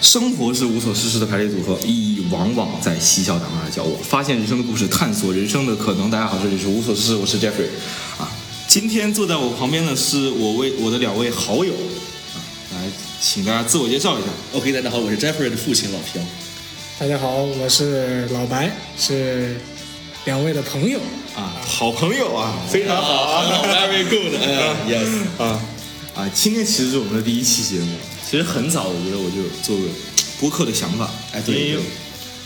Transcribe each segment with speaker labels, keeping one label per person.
Speaker 1: 生活是无所事事的排列组合，意义往往在嬉笑打骂的角落。发现人生的故事，探索人生的可能。大家好，这里是无所事事，我是 Jeffrey。啊，今天坐在我旁边的是我为我的两位好友，啊，来，请大家自我介绍一下。
Speaker 2: OK，大家好，我是 Jeffrey 的父亲老朴。
Speaker 3: 大家好，我是老白，是两位的朋友。
Speaker 1: 啊，好朋友啊，非常好啊
Speaker 2: ，Very good，哎呀，Yes，
Speaker 1: 啊啊！今天其实是我们的第一期节目，其实很早，我觉得我就有做过播客的想法，
Speaker 2: 哎对
Speaker 1: 因为
Speaker 2: 对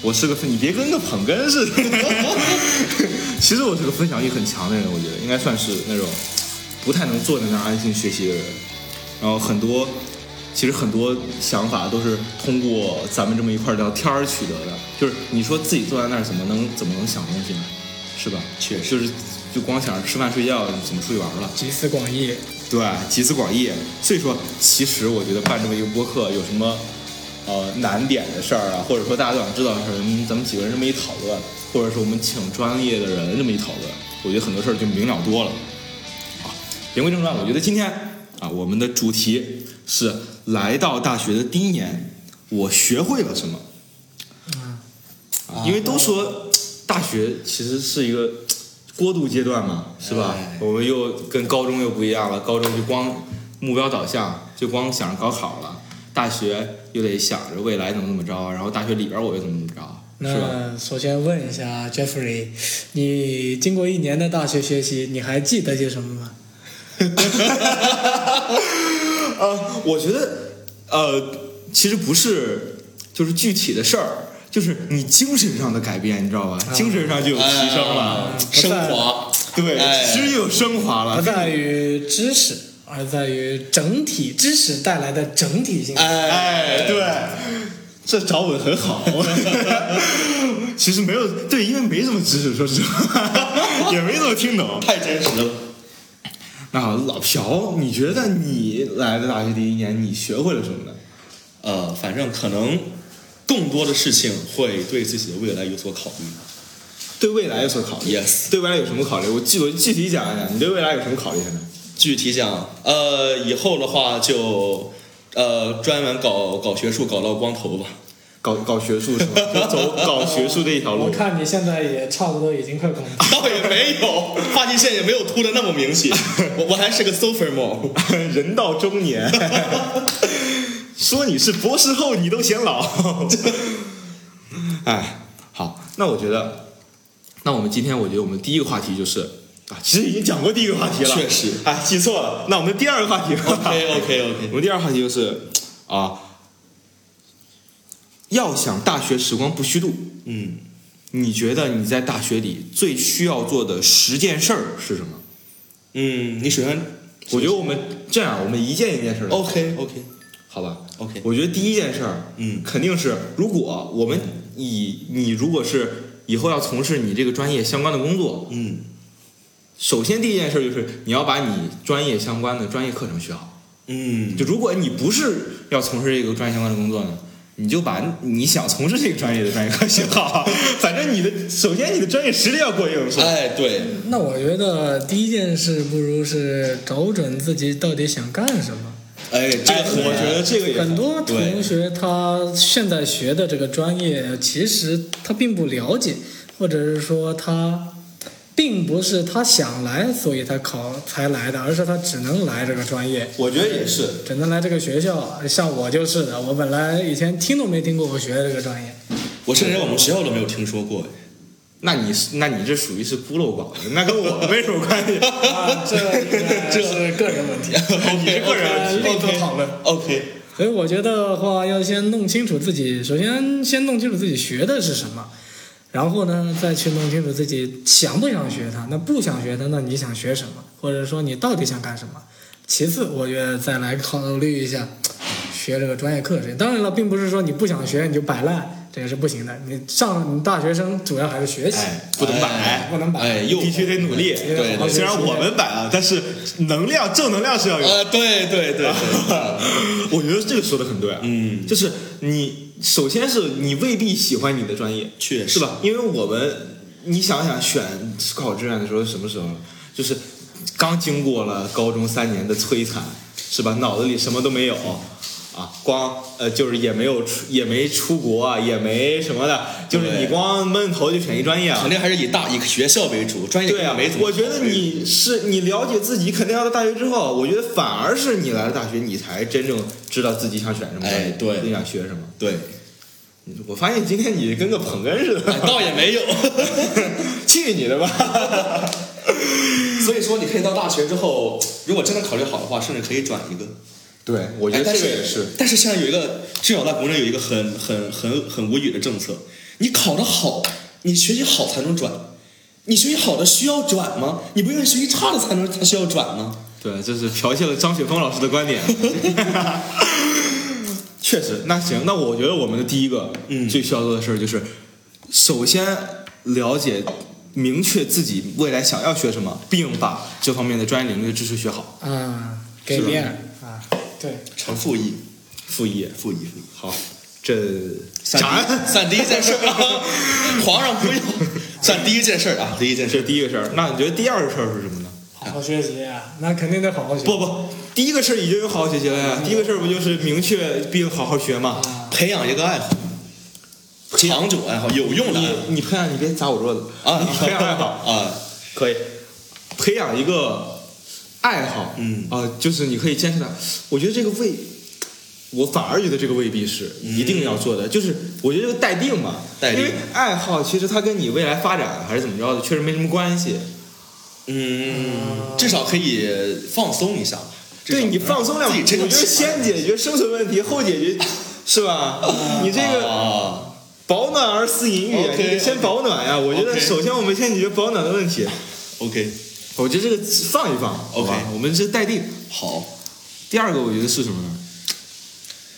Speaker 1: 我是个分，你别跟个捧哏似的， 其实我是个分享欲很强的人，我觉得应该算是那种不太能坐在那儿安心学习的人，然后很多。其实很多想法都是通过咱们这么一块儿聊天儿取得的，就是你说自己坐在那儿怎么能怎么能想东西呢？是吧？
Speaker 2: 确实
Speaker 1: 就是就光想着吃饭睡觉，怎么出去玩儿了？
Speaker 3: 集思广益，
Speaker 1: 对，集思广益。所以说，其实我觉得办这么一个播客有什么呃难点的事儿啊，或者说大家都想知道的事儿，嗯咱们几个人这么一讨论，或者说我们请专业的人这么一讨论，我觉得很多事儿就明了多了。好，言归正传，我觉得今天啊，我们的主题是来到大学的第一年，我学会了什么。啊因为都说大学其实是一个过渡阶段嘛，是吧？
Speaker 2: 哎
Speaker 1: 我们又跟高中又不一样了，高中就光目标导向，就光想着高考了，大学又得想着未来怎么怎么着，然后大学里边儿我又怎么怎么着，是吧？
Speaker 3: 那首先问一下 Jeffrey，你经过一年的大学学习，你还记得些什么吗？
Speaker 1: 呃，我觉得呃，其实不是就是具体的事儿。就是你精神上的改变，你知道吧？精神上就有提升了，
Speaker 2: 升华，
Speaker 1: 对，
Speaker 2: 哎
Speaker 1: 其实就有升华了
Speaker 3: 呃不。在于知识，而在于整体知识带来的整体性。
Speaker 1: 哎，
Speaker 2: 哎，
Speaker 1: 对，这找我很好。 其实没有对，因为没什么知识，说实话， 也没怎么听懂。
Speaker 2: 太真实了。
Speaker 1: 那好，老朴，你觉得你来的大学第一年，你学会了什么呢？
Speaker 2: 呃，反正可能更多的事情会对自己的未来有所考虑。
Speaker 1: 对未来有所考虑
Speaker 2: Yes
Speaker 1: 对未来有什么考虑？我具我具体讲一讲，你对未来有什么考虑呢？
Speaker 2: 具体讲，呃，以后的话就呃专门搞搞学术，搞到光头吧。
Speaker 1: 搞搞学术 是吗？就走搞学术这一条
Speaker 3: 我
Speaker 1: 路。
Speaker 3: 看你现在也差不多已经快恐怖。
Speaker 2: 倒也没有，发际线也没有凸的那么明显。我我还是个 sophomore。
Speaker 1: 人到中年， 说你是博士后，你都显老。 哎，好，那我觉得，那我们今天，我觉得我们第一个话题就是啊，其实已经讲过第一个话题了，
Speaker 2: 确实
Speaker 1: 哎，记错了。那我们第二个话题吧
Speaker 2: OK OK
Speaker 1: 我
Speaker 2: OK。
Speaker 1: 们第二个话题就是啊，要想大学时光不虚度，
Speaker 2: 嗯，
Speaker 1: 你觉得你在大学里最需要做的十件事儿是什么？
Speaker 2: 嗯，你首先
Speaker 1: 我觉得我们这样，我们一件一件事儿来
Speaker 2: OK OK
Speaker 1: 好吧
Speaker 2: OK，
Speaker 1: 我觉得第一件事儿，
Speaker 2: 嗯
Speaker 1: 肯定是如果我们以你如果是以后要从事你这个专业相关的工作，
Speaker 2: 嗯
Speaker 1: 首先第一件事就是你要把你专业相关的专业课程学好。
Speaker 2: 嗯，
Speaker 1: 就如果你不是要从事这个专业相关的工作呢，你就把你想从事这个专业的专业课学好。 反正你的首先你的专业实力要过硬，是吧？
Speaker 2: 哎对，
Speaker 3: 那我觉得第一件事不如是找准自己到底想干什么。
Speaker 2: 哎这个
Speaker 1: 哎
Speaker 2: 很
Speaker 1: 我觉得这个也
Speaker 3: 很多
Speaker 2: 对
Speaker 3: 同学他现在学的这个专业，其实他并不了解，或者是说他并不是他想来，所以他考才来的，而是他只能来这个专业，
Speaker 1: 我觉得也是。
Speaker 3: 只能来这个学校。像我就是的，我本来以前听都没听过我学的这个专业。
Speaker 2: 我甚至连我们学校都没有听说过。
Speaker 1: 那你是那你这属于是孤陋寡闻，那跟我没什么关系。
Speaker 3: 啊，这这是个人问题。
Speaker 2: 你
Speaker 1: 这个人
Speaker 3: 另作讨论
Speaker 1: 嗯
Speaker 2: OK，
Speaker 3: 所以我觉得的话，要先弄清楚自己，首先先弄清楚自己学的是什么，然后呢，再去弄清楚自己想不想学它。那不想学它，那你想学什么，或者说你到底想干什么？其次，我觉得再来考虑一下学这个专业课程。当然了，并不是说你不想学你就摆烂，这也是不行的。你上你大学生主要还是学习，
Speaker 1: 哎，不能摆
Speaker 2: 哎，
Speaker 3: 不能摆
Speaker 2: 哎，又
Speaker 1: 必须得努力。哦
Speaker 3: 因为好好学习
Speaker 1: 虽然我们摆啊，但是能量正能量是要有的。
Speaker 2: 啊，对对对对，
Speaker 1: 我觉得这个说的很对啊，
Speaker 2: 嗯
Speaker 1: 就是你首先是你未必喜欢你的专业，
Speaker 2: 确实
Speaker 1: 是吧？因为我们你想想选考志愿的时候是什么时候？就是刚经过了高中三年的摧残，是吧？脑子里什么都没有，啊，光呃就是也没有出也没出国啊，也没什么的，就是
Speaker 2: 对
Speaker 1: 你光闷头就选一专业啊
Speaker 2: 肯，定还是以大以学校为主，专业
Speaker 1: 对
Speaker 2: 肯
Speaker 1: 啊
Speaker 2: 定没怎，么
Speaker 1: 我觉得
Speaker 2: 考虑
Speaker 1: 你是你了解自己，肯定要到大学之后，我觉得反而是你来了大学，你才真正知道自己想选什么专业，
Speaker 2: 哎对
Speaker 1: 自己想学什么。
Speaker 2: 对，
Speaker 1: 我发现今天你跟个 捧哏似
Speaker 2: 哎
Speaker 1: 的，
Speaker 2: 倒 也没有。
Speaker 1: 去你的吧！
Speaker 2: 所以说，你可以到大学之后，如果真的考虑好的话，甚至可以转一个。
Speaker 1: 对，我觉
Speaker 2: 哎
Speaker 1: 得
Speaker 2: 但
Speaker 1: 这个也是，
Speaker 2: 但是现在有一个，至少在国内有一个很很很很无语的政策，你考得好，你学习好才能转。你学习好的需要转吗？你不愿意学习差的才能才需要转吗？
Speaker 1: 对，这是剽窃了张雪峰老师的观点。 确实，那行，那我觉得我们的第一个
Speaker 2: 嗯
Speaker 1: 最需要做的事儿就是，首先了解、明确自己未来想要学什么，并把这方面的专业领域的知识学好。
Speaker 3: 啊，给
Speaker 1: 是吧
Speaker 3: 别人啊，对，
Speaker 2: 成负一，
Speaker 1: 副业，
Speaker 2: 负一，负一。
Speaker 1: 好，这
Speaker 2: 算第一算第一件事儿啊，皇上不要。算第一件事儿啊，第一件事
Speaker 1: 这
Speaker 2: 儿
Speaker 1: 是第一个事儿。那你觉得第二个事儿是什么呢？
Speaker 3: 好好学习啊，那肯定得好好学。
Speaker 1: 不不，第一个事儿已经有好好学习了呀。第一个事儿不就是明确并好好学吗？
Speaker 3: 啊，
Speaker 2: 培养一个爱好，长久爱好，有用的爱
Speaker 1: 你你培养，你别砸我桌子
Speaker 2: 好嗯啊
Speaker 1: 你，培养爱好
Speaker 2: 啊，
Speaker 1: 可以，培养一个爱好，
Speaker 2: 嗯
Speaker 1: 啊、就是你可以坚持的。我觉得这个未，我反而觉得这个未必是一定要做的，就是我觉得这个待定吧，
Speaker 2: 嗯待定
Speaker 1: 因为爱好其实它跟你未来发展还是怎么着的，确实没什么关系。
Speaker 2: 嗯，至少可以放松一下。至少
Speaker 1: 对你
Speaker 2: 能
Speaker 1: 放松两，
Speaker 2: 自
Speaker 1: 我
Speaker 2: 己
Speaker 1: 觉
Speaker 2: 真
Speaker 1: 得
Speaker 2: 正
Speaker 1: 先解决生存问题，后解决，是 吧？你这个。
Speaker 2: 啊，
Speaker 1: 保暖而思淫欲啊
Speaker 2: OK，
Speaker 1: 你得先保暖呀、我觉得
Speaker 2: OK
Speaker 1: 首先我们先解决保暖的问题。
Speaker 2: OK，
Speaker 1: 我觉得这个放一放好吧
Speaker 2: OK
Speaker 1: 我们这待定。
Speaker 2: 好，
Speaker 1: 第二个我觉得是什么呢？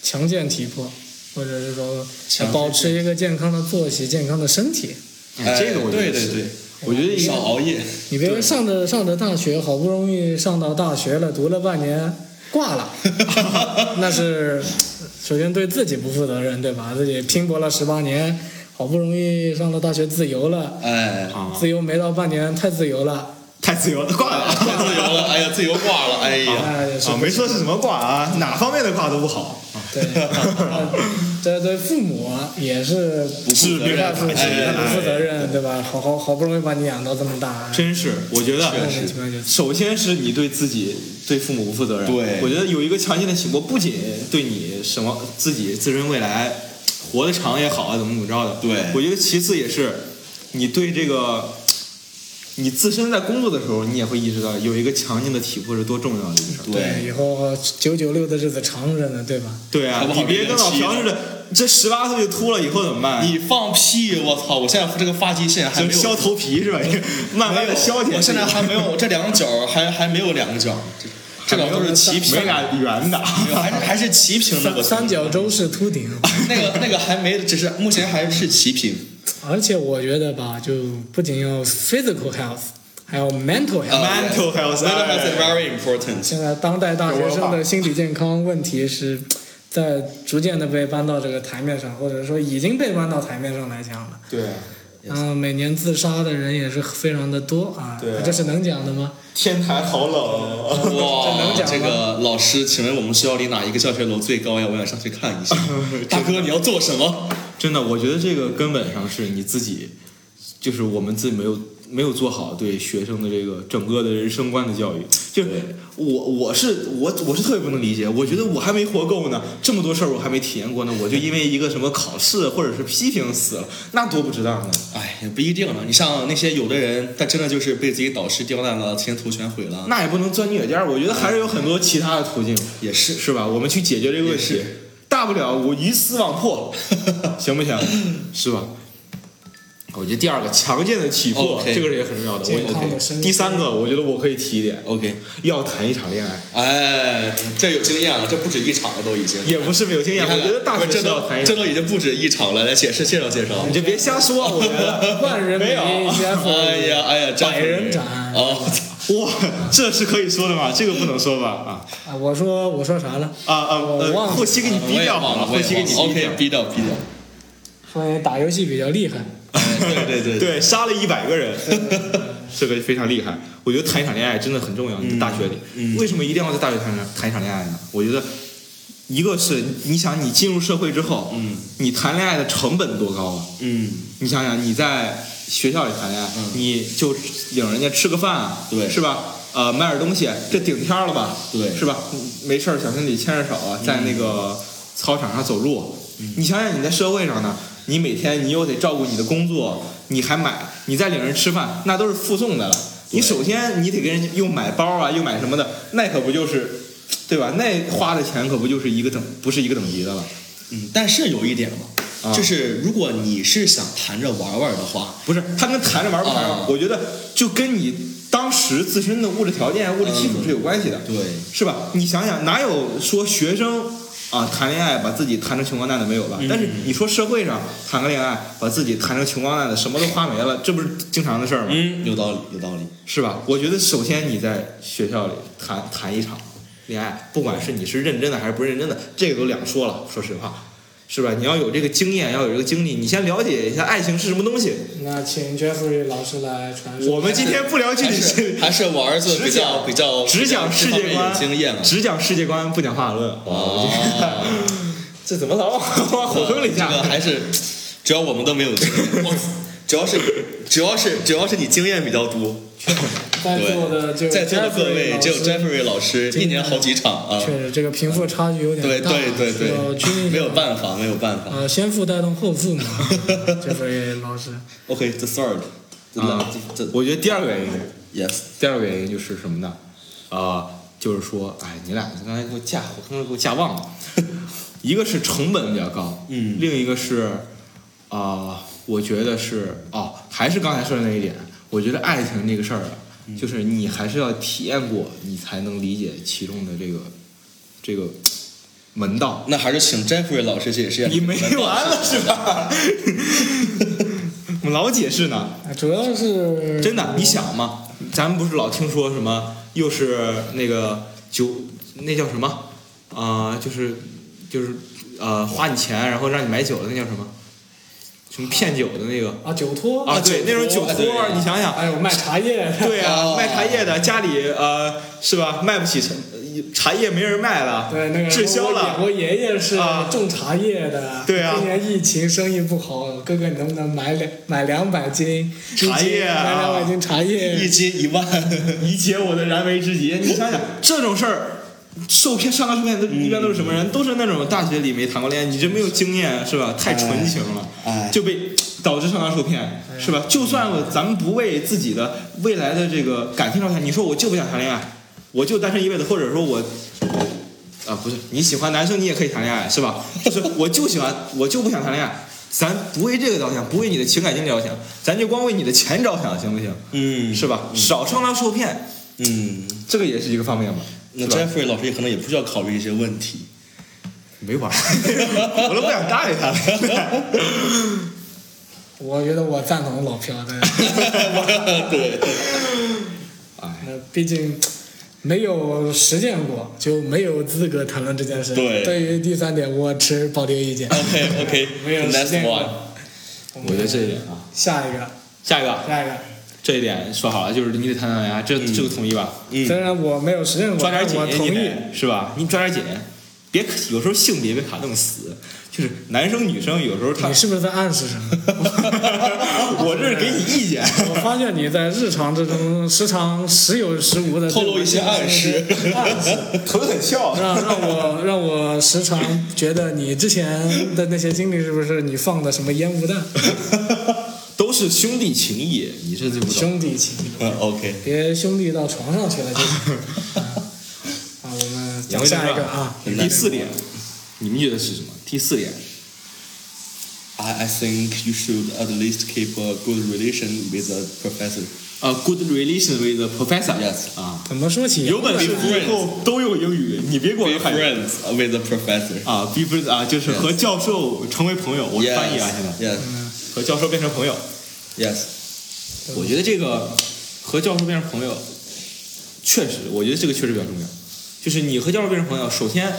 Speaker 3: 强健体魄，或者是说
Speaker 2: 强健
Speaker 3: 保持一个健康的作息、健康的身体。
Speaker 1: 哎这个我觉
Speaker 2: 对
Speaker 1: 得
Speaker 2: 对
Speaker 1: 是
Speaker 2: 对，
Speaker 1: 我觉得应
Speaker 2: 少
Speaker 1: 该
Speaker 2: 熬夜，
Speaker 3: 你别上的上的大学，好不容易上到大学了，读了半年挂 了，那是首先对自己不负责任，对吧？自己拼搏了十八年，好不容易上了大学自由了，
Speaker 2: 哎，
Speaker 1: 啊，
Speaker 3: 自由没到半年，太自由了，
Speaker 1: 太自由了，挂了
Speaker 2: 太
Speaker 1: 啊！
Speaker 2: 自由了，哎呀，自由挂了，哎呀，
Speaker 3: 哎，是不
Speaker 1: 没说是什么挂啊，哪方面的挂都不好。
Speaker 3: 对，这对 父母啊也是
Speaker 2: 不负责
Speaker 3: 没
Speaker 2: 任
Speaker 3: 办法，，
Speaker 2: 哎
Speaker 3: 不负责任，对吧？好好好不容易把你养到这么大，
Speaker 1: 真是，我觉
Speaker 3: 这
Speaker 1: 得
Speaker 3: 种情况就是
Speaker 1: 首先是你对自己、对父母不负责任。
Speaker 2: 对
Speaker 1: 我觉得有一个强健的体魄，不仅对你什么自己自身未来活得长也好啊，怎么怎么着的。
Speaker 2: 对
Speaker 1: 我觉得其次也是你对这个你自身在工作的时候，你也会意识到有一个强劲的体魄是多重要的一个事儿。
Speaker 3: 对，
Speaker 2: 对，
Speaker 3: 以后九九六的日子长着呢，对吧？
Speaker 1: 对啊
Speaker 2: 还不，好
Speaker 1: 你别跟老
Speaker 2: 给人
Speaker 1: 朴
Speaker 2: 气
Speaker 1: 似的，这十八岁就秃了，以后怎么办？
Speaker 2: 你放屁！我操，我现在这个发际线还
Speaker 1: 就
Speaker 2: 没有
Speaker 1: 削头皮是吧？ 慢慢的削减。
Speaker 2: 我现在还没有这两个角儿还还没有两个角儿，这这两个都是齐平
Speaker 1: 没，俩圆的。
Speaker 2: 没有还是还是齐平的，
Speaker 3: 三
Speaker 2: 我
Speaker 3: 三角洲是秃顶，
Speaker 2: 那个那个还没，只是目前还是齐平，
Speaker 3: 而且我觉得吧，就不仅要 physical health，还有 mental health。
Speaker 2: 呃
Speaker 1: Mental health，
Speaker 2: mental
Speaker 1: 哎
Speaker 2: health is very important。
Speaker 3: 现在当代大学生的心理健康问题是在逐渐的被搬到这个台面上，或者说已经被搬到台面上来讲了。
Speaker 1: 对啊，
Speaker 3: 嗯，每年自杀的人也是非常的多啊，
Speaker 1: 对
Speaker 3: 这是能讲的吗？
Speaker 1: 天台好冷。
Speaker 2: 哇
Speaker 3: 能，讲吗
Speaker 2: 这个老师，请问我们学校里哪一个教学楼最高呀？我想上去看一下。大哥，你要做什么？
Speaker 1: 真的，我觉得这个根本上是你自己，就是我们自己没有没有做好对学生的这个整个的人生观的教育。就是我我是我我是特别不能理解，我觉得我还没活够呢，这么多事儿我还没体验过呢，我就因为一个什么考试或者是批评死了，那多不值当呢。啊
Speaker 2: 哎，也不一定了。你像那些有的人，他真的就是被自己导师刁难了，前途全毁了。
Speaker 1: 那也不能钻牛角尖儿，我觉得还是有很多其他的途径。
Speaker 2: 也是，
Speaker 1: 是吧？我们去解决这个问
Speaker 2: 也
Speaker 1: 题
Speaker 2: 是，
Speaker 1: 大不了我鱼死网破， 行不行？是吧？我觉得第二个强健的体魄
Speaker 2: OK
Speaker 1: 这个是也很重要的。
Speaker 3: 健康的
Speaker 1: 我
Speaker 3: 身体
Speaker 1: 第三个，我觉得我可以提一点，
Speaker 2: OK，
Speaker 1: 要谈一场恋爱，
Speaker 2: 哎，这有经验了，这不止一场了，都已经。
Speaker 1: 也不是没有经
Speaker 2: 你
Speaker 1: 验。
Speaker 2: 看看
Speaker 1: 我觉得大学
Speaker 2: 这
Speaker 1: 是要
Speaker 2: 都
Speaker 1: 谈一
Speaker 2: 这
Speaker 1: 场，
Speaker 2: 都已经不止一场了，来解释介绍介绍
Speaker 1: 你。就别瞎说。 我觉得
Speaker 3: 万人
Speaker 1: 没
Speaker 3: 迷
Speaker 1: 有
Speaker 3: Jeff，
Speaker 2: 哎呀哎呀，
Speaker 3: 百人斩
Speaker 2: 哦，
Speaker 1: 哇，这是可以说的吗？这个不能说吧？啊
Speaker 3: 啊，我说我说啥了？
Speaker 1: 啊啊！
Speaker 3: 我
Speaker 1: 呃
Speaker 3: 忘了
Speaker 1: 后期给你逼掉好
Speaker 2: 好
Speaker 1: 了，后期给你逼掉
Speaker 2: OK，。逼掉逼掉。
Speaker 3: 说你打游戏比较厉害，
Speaker 2: 哎 对对对，
Speaker 1: 对，杀了一百个人， 这个非常厉害。我觉得嗯谈一场恋爱真的很重要。你在大学里，为什么一定要在大学谈谈一场恋爱呢？我觉得一个是你想你进入社会之后，嗯，你谈恋爱的成本多高啊？
Speaker 2: 嗯，
Speaker 1: 你想想你在学校里谈恋爱，你就领人家吃个饭，啊
Speaker 2: 对
Speaker 1: 是吧？呃，买点东西，这顶天儿了吧？
Speaker 2: 对嗯
Speaker 1: 是吧？没事儿，小情侣牵着手啊，在那个操场上走路。你想想你在社会上呢，你每天你又得照顾你的工作，你还买，你再领人吃饭，那都是附送的了。你首先你得跟人家又买包啊，又买什么的，那可不就是，对吧？那花的钱可不就是一个等，不是一个等级的了。
Speaker 2: 嗯，但是有一点嘛，
Speaker 1: 啊
Speaker 2: 就是如果你是想谈着玩玩的话，
Speaker 1: 不是，他跟谈着玩不谈着玩，
Speaker 2: 啊
Speaker 1: 我觉得就跟你当时自身的物质条件、物质基
Speaker 2: 嗯
Speaker 1: 础是有关系的，
Speaker 2: 对，
Speaker 1: 是吧？你想想，哪有说学生啊谈恋爱把自己谈成穷光蛋的没有吧？
Speaker 2: 嗯
Speaker 1: 但是你说社会上谈个恋爱，把自己谈成穷光蛋的什么都花没了，这不是经常的事儿吗？
Speaker 2: 嗯，有道理，有道理。
Speaker 1: 是吧？我觉得首先你在学校里谈谈一场恋爱，不管是你是认真的还是不认真的，这个都两说了。说实话，是吧？你要有这个经验，要有这个经历，你先了解一下爱情是什么东西。
Speaker 3: 那请 Jeffrey 老师来传授。
Speaker 1: 我们今天不聊心
Speaker 2: 还
Speaker 1: 理
Speaker 2: 哎是
Speaker 1: 学，
Speaker 2: 还是我儿子
Speaker 1: 只
Speaker 2: 比较
Speaker 1: 讲
Speaker 2: 比较
Speaker 1: 只讲
Speaker 2: 比较
Speaker 1: 世
Speaker 2: 这
Speaker 1: 界
Speaker 2: 方面有
Speaker 1: 观，
Speaker 2: 经 验了。啊
Speaker 1: 只讲世界观，不讲方法论。
Speaker 2: 哦，
Speaker 1: 这怎么老往往火坑里
Speaker 2: 这
Speaker 1: 下？
Speaker 2: 个还是主要我们都没有 经验，主要是主要是主要是你经验比较多。
Speaker 3: 在座的就
Speaker 2: 对，在座的各位只有
Speaker 3: Jeffrey
Speaker 2: Jeffrey 老师
Speaker 3: 经
Speaker 2: 一
Speaker 3: 验
Speaker 2: 年好几场啊
Speaker 3: 老师，确实这个贫富差距有点
Speaker 2: 对
Speaker 3: 大，啊
Speaker 2: 对对
Speaker 3: 要均
Speaker 2: 对，
Speaker 3: 匀
Speaker 2: 没有办法，没有办法。
Speaker 3: 呃，先富带动后 富嘛。Jeffrey 老师，
Speaker 2: OK, the third, the
Speaker 1: 啊
Speaker 2: last,、the
Speaker 1: 我觉得第二个原因，
Speaker 2: yes，
Speaker 1: 第二个原因就是什么呢？啊、就是说，哎，你俩刚才给我架火坑了，给我架忘了。 一个是成本比较高，
Speaker 2: 嗯
Speaker 1: 另一个是，啊、我觉得是哦，还是刚才说的那一点，我觉得爱情这个事儿啊，
Speaker 2: 嗯
Speaker 1: 就是你还是要体验过，你才能理解其中的这个这个门道。
Speaker 2: 那还是请 Jeffrey 老师解释一下。
Speaker 1: 你没完了是吧？ 我们老解释呢，
Speaker 3: 啊主要是
Speaker 1: 真的，啊你想嘛，咱们不是老听说什么，又是那个酒，那叫什么啊、就是就是呃，花你钱然后让你买酒的那叫什么？什么骗酒的那个
Speaker 3: 啊，酒托啊
Speaker 1: 啊？对，那种酒
Speaker 2: 酒托
Speaker 1: 托，你想想，
Speaker 3: 还有卖茶叶的，
Speaker 1: 对啊
Speaker 2: 哦，
Speaker 1: 卖茶叶的家里呃是吧，卖不起茶茶叶没人卖了，
Speaker 3: 对那个
Speaker 1: 滞销了
Speaker 3: 我我爷爷是
Speaker 1: 啊
Speaker 3: 种茶叶的，
Speaker 1: 对啊
Speaker 3: 今年疫情生意不好，哥哥你能不能买两买两百斤一斤
Speaker 1: 茶叶啊
Speaker 3: 买两百斤茶
Speaker 2: 一
Speaker 3: 叶，
Speaker 2: 斤一万，
Speaker 1: 以解我的燃眉之急。你想想这种事儿，受骗上当受骗都一般都是什么人？都是那种大学里没谈过恋爱，你这没有经验是吧？太纯情了，
Speaker 2: 哎
Speaker 1: 就被导致上当受骗
Speaker 3: 哎
Speaker 1: 是吧？就算我咱们不为自己的未来的这个感情着想，你说我就不想谈恋爱，我就单身一辈子，或者说我。啊，不是，你喜欢男生你也可以谈恋爱，是吧？就是我就喜欢，我就不想谈恋爱，咱不为这个着想，不为你的情感经历着想，咱就光为你的钱着想，行不行？
Speaker 2: 嗯
Speaker 1: 是吧？少上当受骗，
Speaker 2: 嗯，
Speaker 1: 这个也是一个方面吧。
Speaker 2: 那
Speaker 1: 是吧
Speaker 2: Jeffrey 老师也可能也不需要考虑一些问题。
Speaker 1: 没玩儿， 我都不想搭理他了。
Speaker 3: 我觉得我赞同老飘的，
Speaker 2: 对，
Speaker 1: 哎，
Speaker 3: 呃毕竟。没有实践过，就没有资格谈论这件事。
Speaker 2: 对
Speaker 3: 对于第三点，我持保留意见。
Speaker 2: OK OK，
Speaker 3: 没有
Speaker 2: n e
Speaker 3: 实
Speaker 2: x t
Speaker 3: 践
Speaker 2: one，
Speaker 3: 过。
Speaker 1: 我觉得这一点啊，
Speaker 3: 下一个，
Speaker 1: 下一个，
Speaker 3: 下一个。
Speaker 1: 这一点说好了，就是你得谈谈恋爱，这、这个同意吧？
Speaker 2: 嗯
Speaker 3: 虽然我没有实践过，
Speaker 1: 抓点
Speaker 3: 但
Speaker 1: 紧，
Speaker 3: 我同
Speaker 1: 你
Speaker 3: 意。
Speaker 1: 得是吧？你抓点紧，别有时候性别别卡那么死，就是男生女生有时候他
Speaker 3: 你，是不是在暗示什么？
Speaker 1: 我这是给你意见。
Speaker 3: 我发现你在日常之中时常时有时无的
Speaker 2: 透露一些暗示，
Speaker 3: 暗示，
Speaker 1: 狠狠笑
Speaker 3: 让让我让我时常觉得你之前的那些经历是不是你放的什么烟雾弹？
Speaker 1: 都是兄弟情谊，你这就不懂。
Speaker 3: 兄弟情，
Speaker 2: 嗯 OK，
Speaker 3: 别兄弟到床上去了就是。 啊，我们讲下一个啊，
Speaker 1: 第四点，你们觉得是什么？第四点，
Speaker 2: I I think you should at least keep a good relation with a professor.
Speaker 1: 呃、g o o d relation with the professor。
Speaker 2: Yes
Speaker 1: 啊，
Speaker 3: 怎么说起？
Speaker 1: 有本事你以后都用英语，你别给我
Speaker 2: Be
Speaker 1: 用汉语
Speaker 2: friends with a professor.
Speaker 1: 啊，be friends 啊，就是和教授成为朋友。我是翻译啊，现在
Speaker 2: Yes.
Speaker 1: 和教授变成朋友。
Speaker 2: Yes.
Speaker 1: 我觉得这个和教授变成朋友，确实，我觉得这个确实比较重要。就是你和教授变成朋友，首先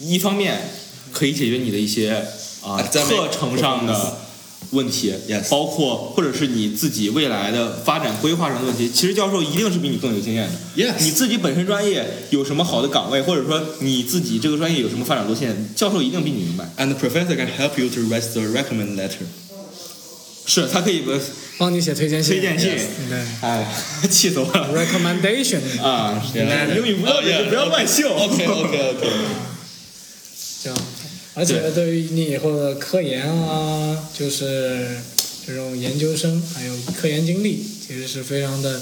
Speaker 1: 一方面可以解决你的一些啊、
Speaker 2: Academic
Speaker 1: 课程上的问题
Speaker 2: Yes
Speaker 1: 包括或者是你自己未来的发展规划上的问题，其实教授一定是比你更有经验的。
Speaker 2: Yes
Speaker 1: 你自己本身专业有什么好的岗位，或者说你自己这个专业有什么发展路线，教授一定比你明白。
Speaker 2: And the professor can help you to write the recommend letter.
Speaker 1: 是他可以呃不
Speaker 3: 帮你写推荐信。
Speaker 1: 推荐信
Speaker 2: Yes
Speaker 3: 对
Speaker 1: 哎， 气死我了
Speaker 3: ，recommendation。
Speaker 1: 啊！
Speaker 2: Yeah
Speaker 1: 英语不要
Speaker 2: Oh, yeah
Speaker 1: 不要乱秀。
Speaker 2: OK OK OK
Speaker 3: 这样，而且对于你以后的科研啊，就是这种研究生还有科研经历，其实是非常的，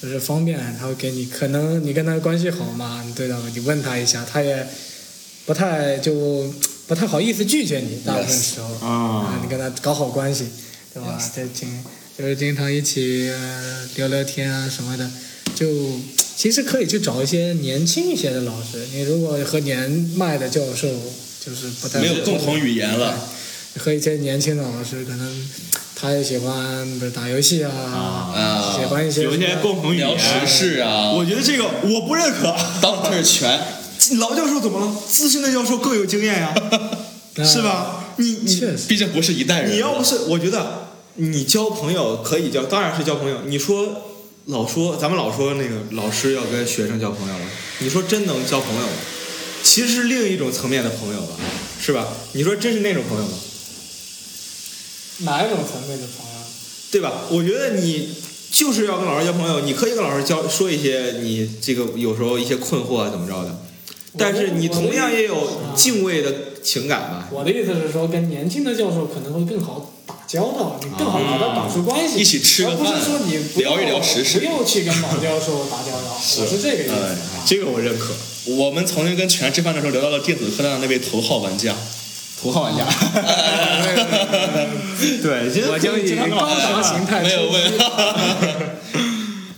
Speaker 3: 就是方便。他会给你，可能你跟他关系好嘛，你对的，你问他一下，他也不太就不太好意思拒绝你，大部分
Speaker 2: Yes
Speaker 3: 时候
Speaker 1: 啊
Speaker 3: 你跟他搞好关系，对吧？这经就是经常一起呃聊聊天啊什么的，就其实可以去找一些年轻一些的老师。你如果和年迈的教授就是不太
Speaker 2: 没有共同语言了，
Speaker 3: 和一些年轻的老师，可能他也喜欢不是打游戏啊，
Speaker 2: 啊
Speaker 3: 喜欢一些
Speaker 1: 有一些
Speaker 3: 什么
Speaker 1: 共 同语
Speaker 2: 聊
Speaker 1: 言，
Speaker 2: 时事啊
Speaker 1: 我觉得这个我不认可。
Speaker 2: ，Doctor 全
Speaker 1: 老教授怎么了？资深的教授更有经验呀、
Speaker 3: 啊
Speaker 1: 是吧？你你
Speaker 3: 确实
Speaker 2: 毕竟不是一代人了。
Speaker 1: 你要不是，我觉得你交朋友可以交，当然是交朋友。你说老说咱们老说那个老师要跟学生交朋友了，你说真能交朋友吗？其实是另一种层面的朋友吧，是吧？你说真是那种朋友吗？
Speaker 3: 哪一种层面的朋友？
Speaker 1: 对吧？我觉得你就是要跟老师交朋友，你可以跟老师交说一些你这个有时候一些困惑啊怎么着的，但是你同样也有敬畏的情感吧。
Speaker 3: 我的意思是说，跟年轻的教授可能会更好打交道，你更好
Speaker 1: 啊
Speaker 3: 把他打出关系，
Speaker 2: 一起吃个
Speaker 3: 而不
Speaker 2: 饭
Speaker 3: 是说你不要
Speaker 2: 聊一聊时事
Speaker 3: 不要去跟老教授打交道，我是这个意思
Speaker 2: 哎
Speaker 3: 啊。
Speaker 1: 这个我认可，
Speaker 2: 我们曾经跟全吃饭的时候聊到了电子科大的那位头号玩家，
Speaker 1: 头号玩家。 对，其实
Speaker 3: 我将以
Speaker 1: 经常跟老师
Speaker 3: 高
Speaker 1: 吃
Speaker 3: 尚
Speaker 1: 饭
Speaker 3: 形态
Speaker 2: 没有
Speaker 3: 出
Speaker 2: 问，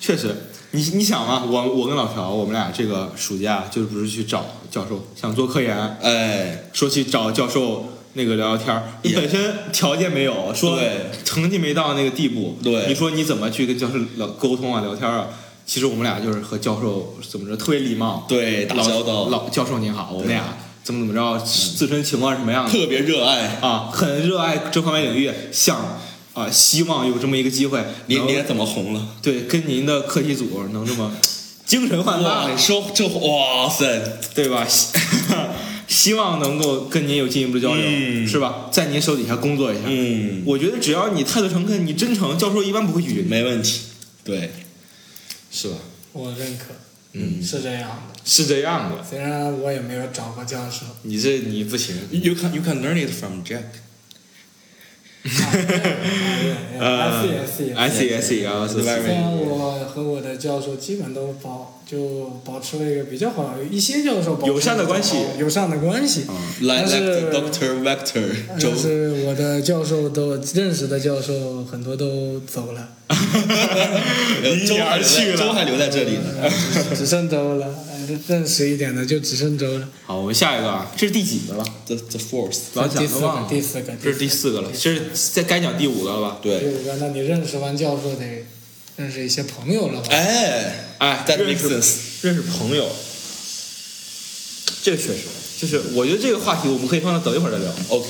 Speaker 1: 确实，你你想嘛，我我跟老朴，我们俩这个暑假就不是去找教授，想做科研，
Speaker 2: 哎，
Speaker 1: 说去找教授那个聊聊天儿。你
Speaker 2: Yeah
Speaker 1: 本身条件没有，说
Speaker 2: 对
Speaker 1: 成绩没到那个地步，
Speaker 2: 对
Speaker 1: 你说你怎么去跟教授聊沟通啊、聊天啊？其实我们俩就是和教授怎么着特别礼貌，
Speaker 2: 对，打
Speaker 1: 老
Speaker 2: 交道，嗯
Speaker 1: 老教授您好，我们俩怎么怎么着，自身情况是什么样的？
Speaker 2: 特别热爱。
Speaker 1: 啊，很热爱这方面领域，想啊，希望有这么一个机会，
Speaker 2: 你
Speaker 1: 能
Speaker 2: 你怎么 红了？
Speaker 1: 对跟您的课题组能这么精神焕
Speaker 2: 哇，
Speaker 1: 发
Speaker 2: 你，说这哇塞，
Speaker 1: 对吧？ 希希望能够跟您有进一步的交流，
Speaker 2: 嗯
Speaker 1: 是吧？在您手底下工作一下，
Speaker 2: 嗯，
Speaker 1: 我觉得只要你态度诚恳，你真诚，教授一般不会拒绝你，
Speaker 2: 没问题，对，
Speaker 1: 是吧？
Speaker 3: 我认可，
Speaker 2: 嗯，
Speaker 3: 是这样的。
Speaker 1: 是这样的，
Speaker 3: 虽然我也没有找过教授，
Speaker 1: 你这你不行。
Speaker 2: You can you can learn it from Jack。
Speaker 1: 呃
Speaker 3: 哎是也是也
Speaker 1: ，I see I see 啊，是
Speaker 2: 对
Speaker 3: 虽 然我和我的教授基本都保就保持了一个比较好，一些教授保持
Speaker 1: 友善的关系
Speaker 3: 友善的关系。
Speaker 2: Like
Speaker 3: 但是
Speaker 2: like the Doctor Vector 周
Speaker 3: 但， 是我的教授都认识的教授很多都走了，
Speaker 2: 呃
Speaker 1: 离你
Speaker 2: 周还
Speaker 1: 而去
Speaker 2: 留在
Speaker 1: 了
Speaker 2: 周还留在这里呢。
Speaker 3: 呃只只剩周了， 呃认识一点的就只剩周了。
Speaker 1: 好，我们下一个啊，这是第几个了？
Speaker 2: The the Force，
Speaker 1: 老蒋
Speaker 3: 第
Speaker 1: 都
Speaker 3: 四
Speaker 1: 忘
Speaker 3: 个
Speaker 1: 了，，
Speaker 3: 第四个，
Speaker 1: 这是第四个了，这是在该讲第五个了吧？
Speaker 3: 第
Speaker 2: 对，
Speaker 3: 五个。那哎你认识完教授得认识一些朋友了吧？
Speaker 2: 哎，
Speaker 1: 哎，
Speaker 2: That
Speaker 1: 认
Speaker 2: makes
Speaker 1: 识
Speaker 2: sense
Speaker 1: 认识朋友，这个确实就是，我觉得这个话题我们可以放到等一会儿再聊。
Speaker 2: ，OK，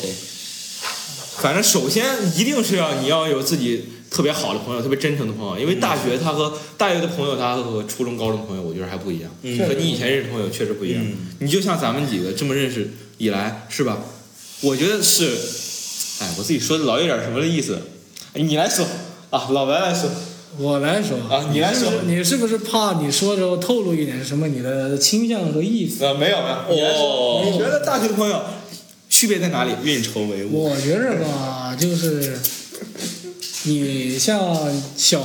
Speaker 1: 反正首先一定是要你要有自己特别好的朋友，特别真诚的朋友，因为大
Speaker 2: 嗯
Speaker 1: 学他和大学的朋友，他和初中、高中的朋友，我觉得还不一样，
Speaker 2: 嗯
Speaker 1: 和你以前认识的朋友确实不一样。
Speaker 2: 嗯
Speaker 1: 你就像咱们几个这么认识以来，是吧？我觉得是，哎，我自己说的老有点什么的意思，哎你来说啊，老白来说
Speaker 3: 我来说
Speaker 1: 啊你来说
Speaker 3: 是不是你是不是怕你说之后透露一点什么你的倾向和意思？
Speaker 1: 啊，没有没有，你来说，
Speaker 2: 哦
Speaker 1: 你觉得大学的朋友区别在哪里？
Speaker 2: 运筹帷幄，
Speaker 3: 我觉着吧，就是你像小，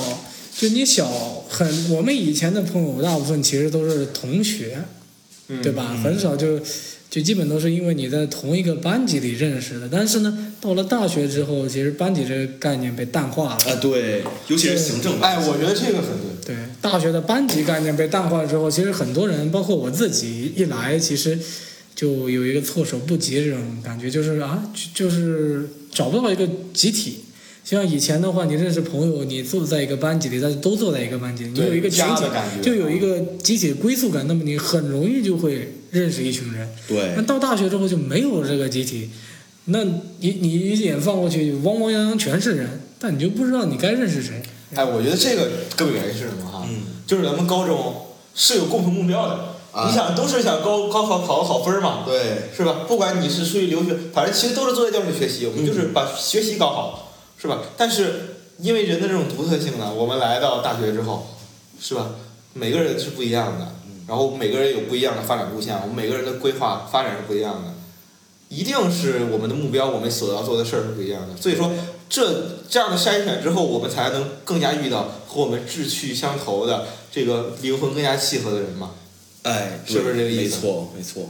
Speaker 3: 就你小很，我们以前的朋友大部分其实都是同学，对吧？很少就就基本都是因为你在同一个班级里认识的。但是呢，到了大学之后，其实班级这个概念被淡化了。
Speaker 2: 啊对，尤其是行政吧，
Speaker 1: 哎，我觉得这个很对。
Speaker 3: 对，大学的班级概念被淡化之后，其实很多人，包括我自己，一来其实就有一个措手不及这种感觉，就是啊，就就是找不到一个集体。像以前的话，你认识朋友，你坐在一个班级里，但是都坐在一个班级里，你
Speaker 1: 对
Speaker 3: 有一个群
Speaker 1: 家
Speaker 3: 体
Speaker 1: 的感觉，嗯
Speaker 3: 就有一个集体归宿感，那么你很容易就会认识一群人。
Speaker 2: 对
Speaker 3: 那，到大学之后就没有这个集体，那你你一眼放过去，汪汪洋洋全是人，但你就不知道你该认识谁。
Speaker 4: 哎，我觉得这个根本原因是什么哈？
Speaker 5: 嗯
Speaker 4: 就是咱们高中是有共同目标的，
Speaker 5: 啊
Speaker 4: 你想都是想高高考考个好分儿嘛，
Speaker 5: 对，
Speaker 4: 是吧？不管你是出去留学，反正其实都是坐在教室学习，我们就是
Speaker 5: 嗯
Speaker 4: 把学习搞好，是吧？但是因为人的这种独特性呢，我们来到大学之后，是吧？每个人是不一样的，
Speaker 5: 嗯
Speaker 4: 然后每个人有不一样的发展路线，我们每个人的规划发展是不一样的，一定是我们的目标，我们所要做的事儿是不一样的。所以说，这这样的筛选之后，我们才能更加遇到和我们志趣相投的这个灵魂更加契合的人嘛。
Speaker 2: 哎，
Speaker 4: 是不是这个意思
Speaker 2: 没错，没错。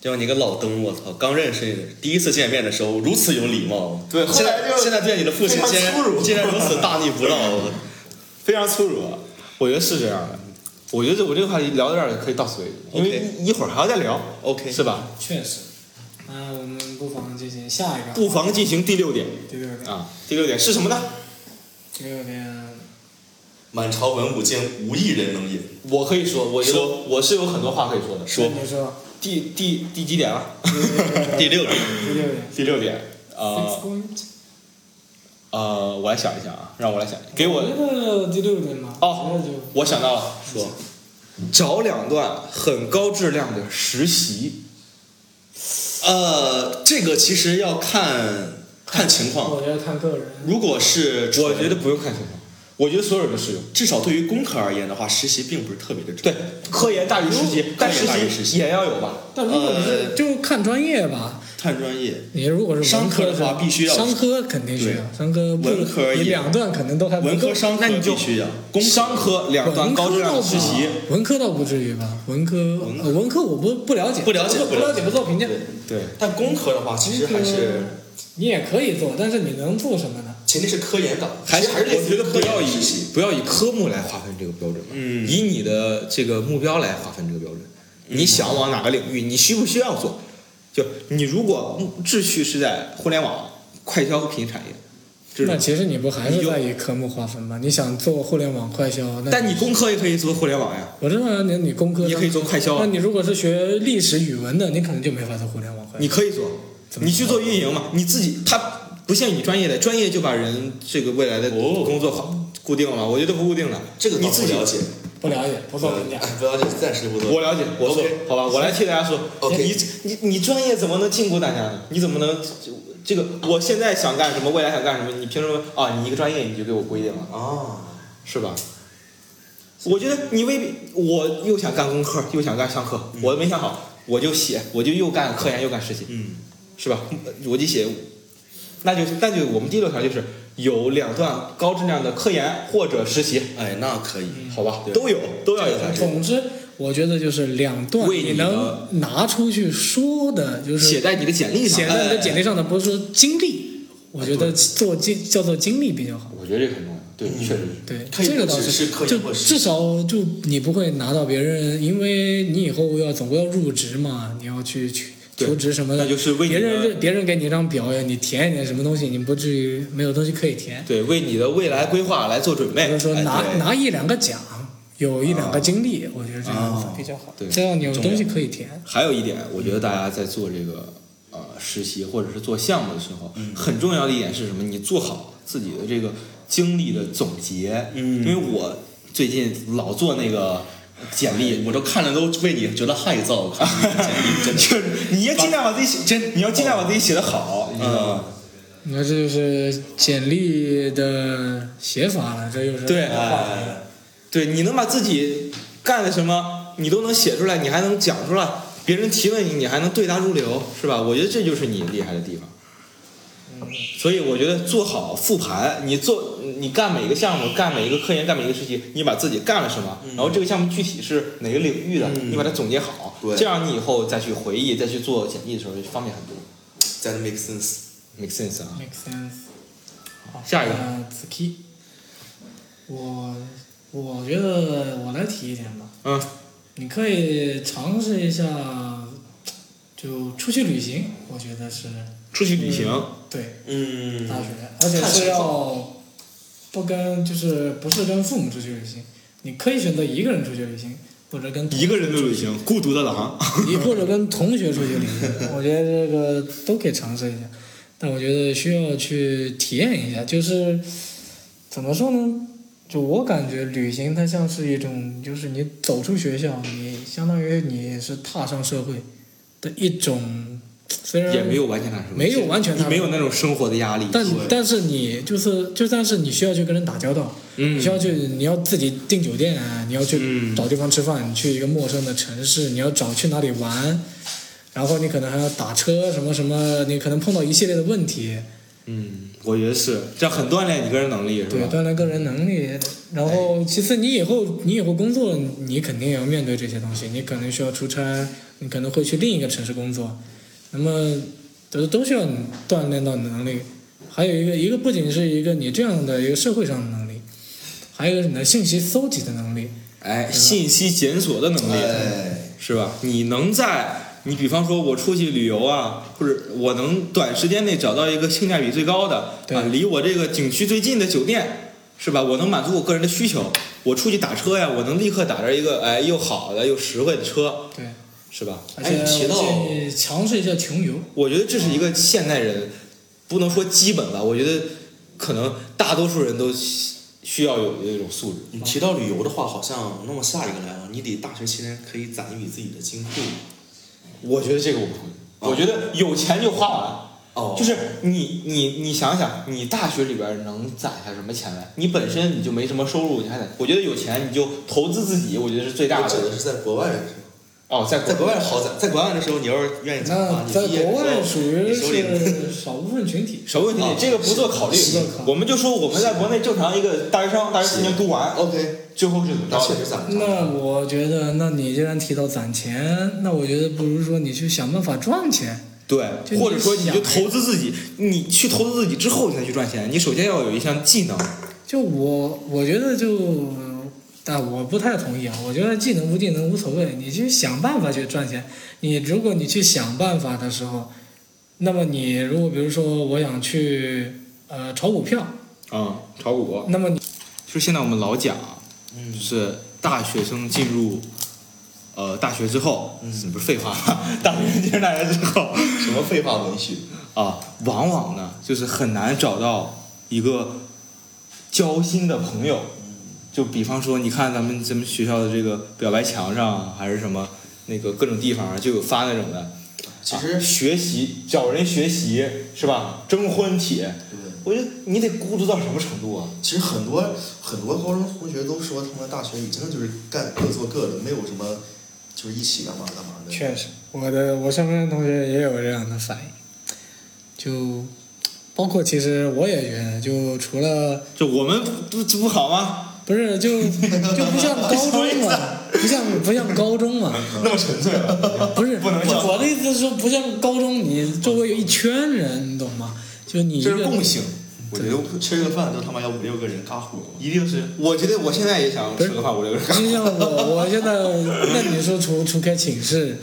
Speaker 2: 就像你个老登，我操，刚认识你，第一次见面的时候如此有礼貌。
Speaker 4: 对后
Speaker 2: 现
Speaker 4: 来
Speaker 2: 在
Speaker 4: 就
Speaker 2: 现在对你的父亲
Speaker 4: 非常
Speaker 2: 竟然
Speaker 4: 粗鲁
Speaker 2: 竟然如此大逆不道。
Speaker 1: 非常粗鲁，我觉得是这样的。我觉得这我这个话题聊到这儿可以到此为止，因为
Speaker 2: OK
Speaker 1: 一会儿还要再聊
Speaker 2: OK，
Speaker 1: 是吧？
Speaker 3: 确实，那我们不妨进行下一个。
Speaker 1: 不妨进行第六点
Speaker 3: 第六点，
Speaker 1: 啊，第六点是什么呢？
Speaker 3: 第六点，
Speaker 2: 满朝文武兼无一人能饮。
Speaker 1: 我可以说，我觉得
Speaker 2: 说
Speaker 1: 我是有很多话可以说的。
Speaker 2: 说
Speaker 3: 那你说
Speaker 1: 第第第几点啊？
Speaker 2: 第六点，啊
Speaker 3: 第六点
Speaker 1: 第六点，
Speaker 3: ，six
Speaker 1: 呃
Speaker 3: point。
Speaker 1: 呃，我来想一想啊，让我来想，给
Speaker 3: 我
Speaker 1: 我
Speaker 2: 嗯
Speaker 3: 觉得第六点嘛，
Speaker 1: 哦
Speaker 3: 我觉得就
Speaker 1: 我想到了，
Speaker 2: 说嗯
Speaker 1: 找两段很高质量的实习。
Speaker 2: 呃，这个其实要看看情况。
Speaker 3: 我觉得看个人。
Speaker 2: 如果是
Speaker 1: 我觉得不用看情况，我觉得所有人都适用。
Speaker 2: 至少对于工科而言的话，实习并不是特别的重
Speaker 1: 对
Speaker 2: 要。，
Speaker 1: 科研大于实习，但
Speaker 2: 科研大于实
Speaker 1: 实
Speaker 2: 习
Speaker 1: 习也要有吧？
Speaker 3: 但如果你是、
Speaker 2: 呃
Speaker 3: 就看专业吧，
Speaker 2: 看专业，
Speaker 3: 你如果是文
Speaker 2: 商科的
Speaker 3: 科
Speaker 2: 话必须要
Speaker 3: 商科肯定需要，
Speaker 2: 对
Speaker 3: 商科不
Speaker 2: 文科
Speaker 3: 你
Speaker 2: 也
Speaker 3: 两段可能都还不
Speaker 2: 文
Speaker 3: 够
Speaker 2: 科、商科
Speaker 1: 那你就
Speaker 2: 必须要。
Speaker 1: 工商科两段
Speaker 3: 文
Speaker 1: 高质
Speaker 3: 科
Speaker 1: 量
Speaker 3: 倒
Speaker 1: 的实习，，
Speaker 3: 文科倒不至于吧？文科
Speaker 2: 文科
Speaker 3: 呃文科我不不了解，
Speaker 2: 不了解
Speaker 3: 不
Speaker 2: 不了
Speaker 3: 了
Speaker 2: 解
Speaker 3: 解不做评价。
Speaker 1: 对，
Speaker 2: 但工科的话，其实还是
Speaker 3: 你也可以做，但是你能做什么呢？
Speaker 2: 前提是科研岗，
Speaker 1: 还
Speaker 2: 其
Speaker 1: 是
Speaker 2: 实还是类
Speaker 1: 我
Speaker 2: 似
Speaker 1: 觉
Speaker 2: 于
Speaker 1: 得不
Speaker 2: 科研
Speaker 1: 要
Speaker 2: 的
Speaker 1: 以
Speaker 2: 实习。
Speaker 1: 不要以科目来划分这个标准吧，
Speaker 2: 嗯
Speaker 1: 以你的这个目标来划分这个标准。你想往哪个领域，你需不需要做？就你如果目志趣是在互联网、快消和品牌产业，这
Speaker 3: 那
Speaker 1: 种，
Speaker 3: 其实你不还是
Speaker 1: 你就
Speaker 3: 在以科目划分吗？你想做互联网快销，那
Speaker 1: 但你工科也可以做互联网呀，
Speaker 3: 我知道你你工科
Speaker 1: 你也可以做快销
Speaker 3: 那
Speaker 1: 啊，
Speaker 3: 你如果是学历史语文的，你可能就没法做互联网快销。
Speaker 1: 你可以做，
Speaker 3: 怎么
Speaker 1: 你去做运营嘛，你自己它。不像你专业的，专业就把人这个未来的
Speaker 2: 哦
Speaker 1: 工作好固定了，我觉得不固定了。
Speaker 2: 这个
Speaker 1: 你
Speaker 2: 倒
Speaker 1: 自
Speaker 2: 不
Speaker 1: 己
Speaker 2: 了解，
Speaker 3: 不了解，
Speaker 1: 呃
Speaker 3: 不做评价。
Speaker 2: 不了解，暂时不做。
Speaker 1: 我了解，我做
Speaker 2: OK
Speaker 1: 好吧，我来替大家说。
Speaker 2: OK
Speaker 1: 你你你专业怎么能禁锢大家呢？你怎么能这个？我现在想干什么，未来想干什么？你凭什么啊？你一个专业你就给我规定了，
Speaker 2: 啊，
Speaker 1: 是吧？我觉得你未必，我又想干工科，又想干商科，我没想好，我就写，我就又干科研又干实习，
Speaker 2: 嗯，
Speaker 1: 是吧？我就写，那就那就我们第六条就是有两段高质量的科研或者实习，
Speaker 2: 哎，那可以，
Speaker 1: 好吧，
Speaker 2: 对
Speaker 1: 都有都要有。
Speaker 3: 总之，我觉得就是两段
Speaker 1: 为你的
Speaker 3: 能拿出去说的，就是
Speaker 1: 写在你的简历上哎
Speaker 3: 写，在你的简历上的，不是说经历。我觉得做经叫做经历比较好。
Speaker 1: 哎我觉得这个很重要，对，确实是。
Speaker 3: 对，
Speaker 2: 可以
Speaker 3: 这个倒
Speaker 2: 不只是科研
Speaker 3: 就
Speaker 2: 或实习
Speaker 3: 至少就你不会拿到别人，因为你以后要总归要入职嘛，你要去去
Speaker 1: 对
Speaker 3: 求职什么的，
Speaker 1: 那就是为你
Speaker 3: 别
Speaker 1: 的
Speaker 3: 人别人给你一张表呀，你填一点什么东西，你不至于没有东西可以填。
Speaker 1: 对，为你的未来规划来做准
Speaker 3: 比如
Speaker 1: 备。
Speaker 3: 说
Speaker 2: 哎
Speaker 3: 拿、
Speaker 2: 对
Speaker 3: 拿一两个奖，有一两个经历，我觉得这样子比较好，
Speaker 1: 啊对
Speaker 3: 这样你有
Speaker 1: 重
Speaker 3: 东西
Speaker 1: 要
Speaker 3: 可以填。
Speaker 1: 还有一点，我觉得大家在做这个呃实习或者是做项目的时候，
Speaker 2: 嗯
Speaker 1: 很重要的一点是什么？你做好自己的这个经历的总结。因
Speaker 2: 嗯
Speaker 1: 为我最近老做那个简历，
Speaker 2: 哎我都看了都为你觉得害 臊。我看你的简历真的
Speaker 1: 就是你要尽量把自己写真，你要尽量把自己写得
Speaker 2: 嗯
Speaker 1: 好，你知道吗？
Speaker 3: 你看，这就是简历的写法了，这又是
Speaker 1: 对
Speaker 2: 哎
Speaker 1: 对，你能把自己干的什么，你都能写出来，你还能讲出来，别人提问你，你还能对答如流，是吧？我觉得这就是你厉害的地方。嗯所以我觉得做好复盘，你做你干每个项目，干每一个科研，干每一个实习，你把自己干了什么，然后这个项目具体是哪个领域的，
Speaker 2: 嗯
Speaker 1: 你把它总结好，
Speaker 2: 对
Speaker 1: 这样你以后再去回忆，再去做简历的时候就方便很多。
Speaker 2: ，that makes sense。
Speaker 1: make sense 啊，
Speaker 3: ，make sense。好
Speaker 1: 下一个
Speaker 3: 呃子 k 我我觉得我来提一点吧，
Speaker 1: 嗯，
Speaker 3: 你可以尝试一下，就出去旅行，我觉得是
Speaker 1: 出去旅行，
Speaker 3: 对。
Speaker 2: 嗯
Speaker 3: 大学，而且是要不跟就是不是跟父母出去旅行，你可以选择一个人出去旅行，或者跟
Speaker 1: 一个人的旅行，孤独的狼。
Speaker 3: 你或者跟同学出去旅行，我觉得这个都可以尝试一下。但我觉得需要去体验一下，就是怎么说呢？就我感觉旅行它像是一种，就是你走出学校，你相当于你是踏上社会的一种，虽然
Speaker 1: 也没有完全踏实，
Speaker 3: 没有完全踏
Speaker 1: 你
Speaker 3: 实
Speaker 1: 没有那种生活的压力，
Speaker 3: 但
Speaker 1: 对
Speaker 3: 但是你就是就算是你需要去跟人打交道，你需要去你要自己订酒店啊，你要去
Speaker 1: 嗯
Speaker 3: 找地方吃饭，你去一个陌生的城市，你要找去哪里玩，然后你可能还要打车什么什么，你可能碰到一系列的问题，
Speaker 1: 嗯，我觉得是，这样很锻炼你个人能力，是
Speaker 3: 对，
Speaker 1: 吧？
Speaker 3: 锻炼个人能力。然后其次，你以后你以后工作了，你肯定也要面对这些东西，你可能需要出差，你可能会去另一个城市工作，那么都都需要你锻炼到你的能力。还有一个，一个不仅是一个你这样的一个社会上的能力，还有一个是你的信息搜集的能力。
Speaker 1: 哎，信息检索的能力，
Speaker 2: 哎，
Speaker 1: 是吧？你能在你比方说我出去旅游啊，或者我能短时间内找到一个性价比最高的
Speaker 3: 对
Speaker 1: 啊，离我这个景区最近的酒店，是吧？我能满足我个人的需求。我出去打车呀，我能立刻打着一个哎又好的又实惠的车，
Speaker 3: 对，
Speaker 1: 是吧？
Speaker 3: 而
Speaker 2: 哎
Speaker 3: 且
Speaker 2: 你提到
Speaker 3: 我建议尝试一下穷游。
Speaker 1: 我觉得这是一个现代人，不能说基本吧，我觉得可能大多数人都需需要有的一种素质。
Speaker 2: 你提到旅游的话，好像那么下一个来啊，你得大学期间可以攒一笔自己的金库。
Speaker 1: 我觉得这个我不同意，我觉得有钱就花完。
Speaker 2: 哦
Speaker 1: 就是你你你想想，你大学里边能攒下什么钱来？你本身你就没什么收入，你还得我觉得有钱你就投资自己，我觉得是最大
Speaker 2: 我指
Speaker 1: 的。
Speaker 2: 的是在国外的时候。
Speaker 1: 哦，在
Speaker 2: 在
Speaker 1: 国
Speaker 2: 国外好攒，在国外的时候，你要是愿意攒的
Speaker 3: 那
Speaker 2: 话，哎啊你
Speaker 3: 在
Speaker 2: 毕业
Speaker 3: 国
Speaker 2: 之
Speaker 3: 外
Speaker 2: 后
Speaker 3: 属于
Speaker 2: 你手里
Speaker 3: 是 少部分群体。
Speaker 1: 首问题
Speaker 2: 啊
Speaker 1: 这个不做考虑
Speaker 3: 是的是的，
Speaker 1: 我们就说我们在国内正常一个大学生，大学四年读完，
Speaker 2: OK，
Speaker 1: 最后是怎么
Speaker 2: 那
Speaker 1: 着
Speaker 2: 确
Speaker 1: 的？
Speaker 2: 实攒不上。
Speaker 3: 那我觉得，那你既然提到攒钱，那我觉得不如说你去想办法赚钱。就
Speaker 1: 对，
Speaker 3: 你
Speaker 1: 或者说你
Speaker 3: 想
Speaker 1: 就投资自己，你去投资自己之后你才去赚钱，你首先要有一项技能。
Speaker 3: 就我，我觉得就，但我不太同意啊。我觉得技能不技能无所谓，你去想办法去赚钱。你如果你去想办法的时候，那么你如果比如说我想去呃炒股票，
Speaker 1: 啊、炒股。
Speaker 3: 那么你
Speaker 1: 就是现在我们老讲，
Speaker 2: 嗯
Speaker 1: 就是大学生进入呃大学之后，嗯，不是废话吗？ 大学生进入大学之后
Speaker 2: 什么废话文学？
Speaker 1: 啊，往往呢就是很难找到一个交心的朋友。就比方说，你看咱们咱们学校的这个表白墙上啊还是什么那个各种地方啊就有发那种的，
Speaker 2: 其
Speaker 1: 啊
Speaker 2: 实，
Speaker 1: 学习找人学习是吧？征婚帖，
Speaker 2: 对，
Speaker 1: 我觉得你得孤独到什么程度啊？
Speaker 2: 其实很多很多高中同学都说，他们大学里真的就是干各做各的，没有什么就是一起干嘛干嘛的。
Speaker 3: 确实，我的我身边的同学也有这样的反应，就包括其实我也觉得，就除了。
Speaker 1: 就我们不这不好吗？
Speaker 3: 不是，就就不像高中嘛，不像不像高中嘛，
Speaker 1: 那么纯粹了。
Speaker 3: 不是，
Speaker 1: 不能
Speaker 3: 我
Speaker 1: 像
Speaker 3: 我的意思是说，不像高中，你周围有一圈人，你懂吗？就你一
Speaker 1: 这是
Speaker 3: 个
Speaker 1: 共性。
Speaker 2: 我觉得吃个饭都他妈要五六个人嘎呼，
Speaker 1: 一定是，我觉得我现在也想吃个饭，我这个人。
Speaker 3: 就像我，我现在那你说除除开寝室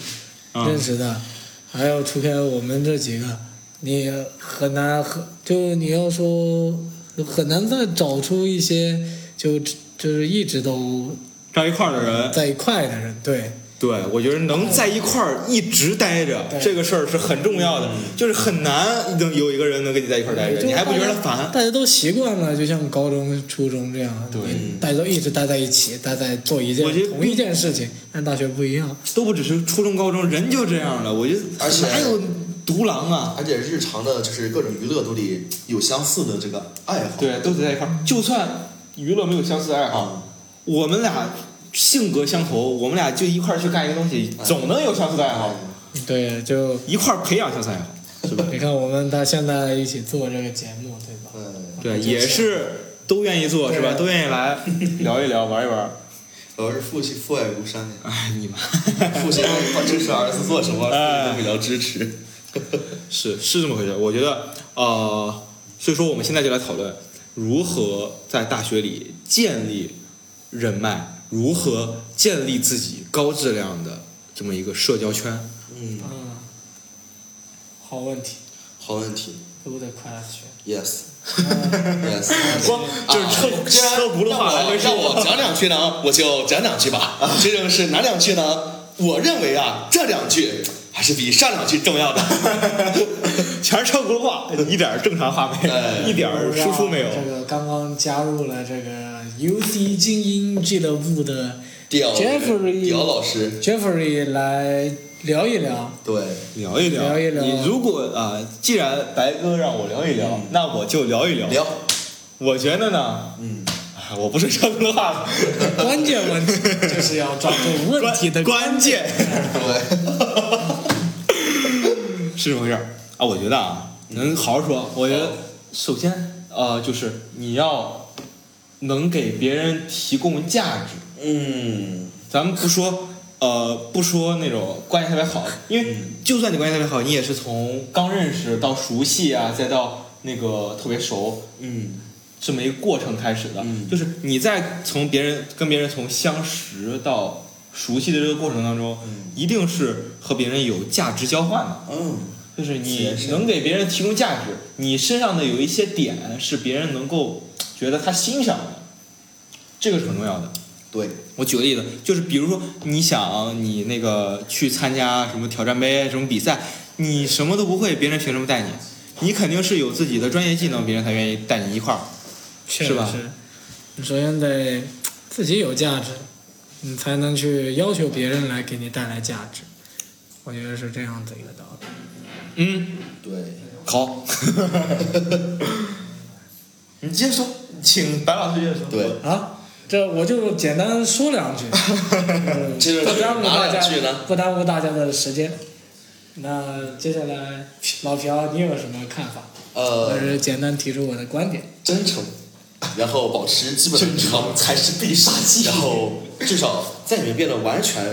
Speaker 1: 啊
Speaker 3: 认识的，还有除开我们这几个，你很难很就你要说很难再找出一些就就是一直都
Speaker 1: 在一块儿的人，
Speaker 3: 在一块的人，对。
Speaker 1: 对我觉得能在一块儿一直待着
Speaker 3: 对，
Speaker 1: 这个事儿是很重要的，就是很难能有一个人能跟你在一块儿待着，
Speaker 3: 就
Speaker 1: 你还不觉得
Speaker 3: 大家
Speaker 1: 烦？
Speaker 3: 大家都习惯了，就像高中、初中这样，
Speaker 1: 对
Speaker 3: 你大家都一直待在一起，待在做一件
Speaker 1: 我觉得
Speaker 3: 同一件事情。但大学不一样，
Speaker 1: 都不只是初中、高中，人就这样了。我觉得，
Speaker 2: 而且
Speaker 1: 哪有独狼啊？
Speaker 2: 而且日常的就是各种娱乐都得有相似的这个爱好。
Speaker 1: 对，都得在一块儿。就算娱乐没有相似爱好，
Speaker 2: 啊，
Speaker 1: 嗯我们俩性格相投，我们俩就一块儿去干一个东西，总能有相似的爱好，
Speaker 3: 对，就
Speaker 1: 一块儿培养相似爱好。
Speaker 3: 你看我们他现在一起做这个节目，对吧？
Speaker 2: 嗯，
Speaker 1: 对，
Speaker 3: 就是
Speaker 1: 也是都愿意做是吧？
Speaker 3: 对
Speaker 1: 都愿意 来聊一聊，玩一玩。
Speaker 2: 主要是父系父爱如 山呀。
Speaker 1: 哎，你妈
Speaker 2: 父亲他支持儿子做什么，
Speaker 1: 哎
Speaker 2: 父亲都比较支持。
Speaker 1: 是是这么回事。我觉得呃，所以说我们现在就来讨论如何在大学里建立人脉，如何建立自己高质量的这么一个社交圈。
Speaker 2: 嗯，
Speaker 3: 嗯，好问题，
Speaker 2: 好问题
Speaker 3: 都得快乐学。
Speaker 2: ，yes， Yes
Speaker 4: 光就是车
Speaker 2: 啊
Speaker 4: 这样
Speaker 2: 车轱辘话来回啊
Speaker 4: 让
Speaker 2: 让
Speaker 4: 我
Speaker 2: 我讲两句呢，我就讲两句吧。这就是哪两句呢？我认为啊，这两句还是比上两句重要的。
Speaker 1: 全是车轱辘话，一点儿正常话没
Speaker 2: 哎
Speaker 1: 有，一点儿输出没有。
Speaker 3: 这个刚刚加入了这个 UC 精英俱乐部的
Speaker 2: 屌
Speaker 3: Jeffrey
Speaker 2: 屌老师，
Speaker 3: Jeffrey 来聊一聊。
Speaker 2: 对，
Speaker 1: 聊一聊，
Speaker 3: 聊一聊
Speaker 1: 你如果啊、既然白哥让我聊一聊，
Speaker 3: 嗯
Speaker 1: 那我就聊一聊。
Speaker 2: 聊，
Speaker 1: 我觉得呢，
Speaker 2: 嗯，
Speaker 1: 哎我不是车轱辘话，
Speaker 3: 关键 问题就是要抓住问题的
Speaker 1: 关键
Speaker 2: 对，
Speaker 1: 是这么回事儿啊。我觉得啊，能好好说。我觉得首先呃，就是你要能给别人提供价值。
Speaker 2: 嗯，
Speaker 1: 咱们不说呃，不说那种关系特别好，因为就算你关系特别好，你也是从刚认识到熟悉啊，再到那个特别熟，
Speaker 2: 嗯，
Speaker 1: 这么一个过程开始的，
Speaker 2: 嗯
Speaker 1: 就是你在从别人跟别人从相识到熟悉的这个过程当中，
Speaker 2: 嗯
Speaker 1: 一定是和别人有价值交换的，
Speaker 2: 嗯，
Speaker 1: 就是你
Speaker 2: 是是
Speaker 1: 能给别人提供价值，你身上的有一些点是别人能够觉得他欣赏的，这个是很重要的。
Speaker 2: 对，
Speaker 1: 我举个例子，就是比如说你想你那个去参加什么挑战杯什么比赛，你什么都不会，别人凭什么带你？你肯定是有自己的专业技能，别人才愿意带你一块儿。
Speaker 3: 确
Speaker 1: 是
Speaker 3: 实
Speaker 1: 吧
Speaker 3: 你首先得自己有价值，你才能去要求别人来给你带来价值。我觉得是这样子一个道理。
Speaker 1: 嗯，
Speaker 2: 对，
Speaker 1: 好，
Speaker 4: 你接着说，请白老师接着说。
Speaker 2: 对，
Speaker 3: 啊，这我就简单说两 句，嗯
Speaker 2: 这是
Speaker 3: 不耽误大
Speaker 2: 哪
Speaker 3: 家
Speaker 2: 两句呢
Speaker 3: 不耽误大家的时间。那接下来，老朴，你有什么看法？我
Speaker 2: 呃，
Speaker 3: 是简单提出我的观点。
Speaker 2: 真诚，然后保持基本的真 诚才是必杀技。然后至少在你们变得完全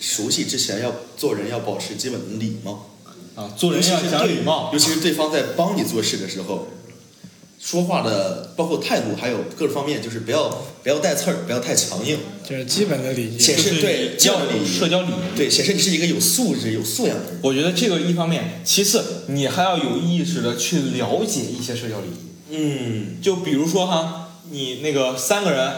Speaker 2: 熟悉之前，要做人要保持基本的礼貌，
Speaker 1: 啊，做人要讲礼貌。
Speaker 2: 尤其是对方在帮你做事的时候，说话的包括态度还有各方面，就是不要不要带刺儿，不要太强硬，
Speaker 3: 就是基本的礼仪。
Speaker 2: 显示对
Speaker 1: 就是要
Speaker 2: 这
Speaker 1: 有
Speaker 2: 里
Speaker 1: 社交礼仪。
Speaker 2: 对显示你是一个有素质、有素养的人。
Speaker 1: 我觉得这个一方面，其次你还要有意识的去了解一些社交礼仪。
Speaker 2: 嗯，
Speaker 1: 就比如说哈，你那个三个人，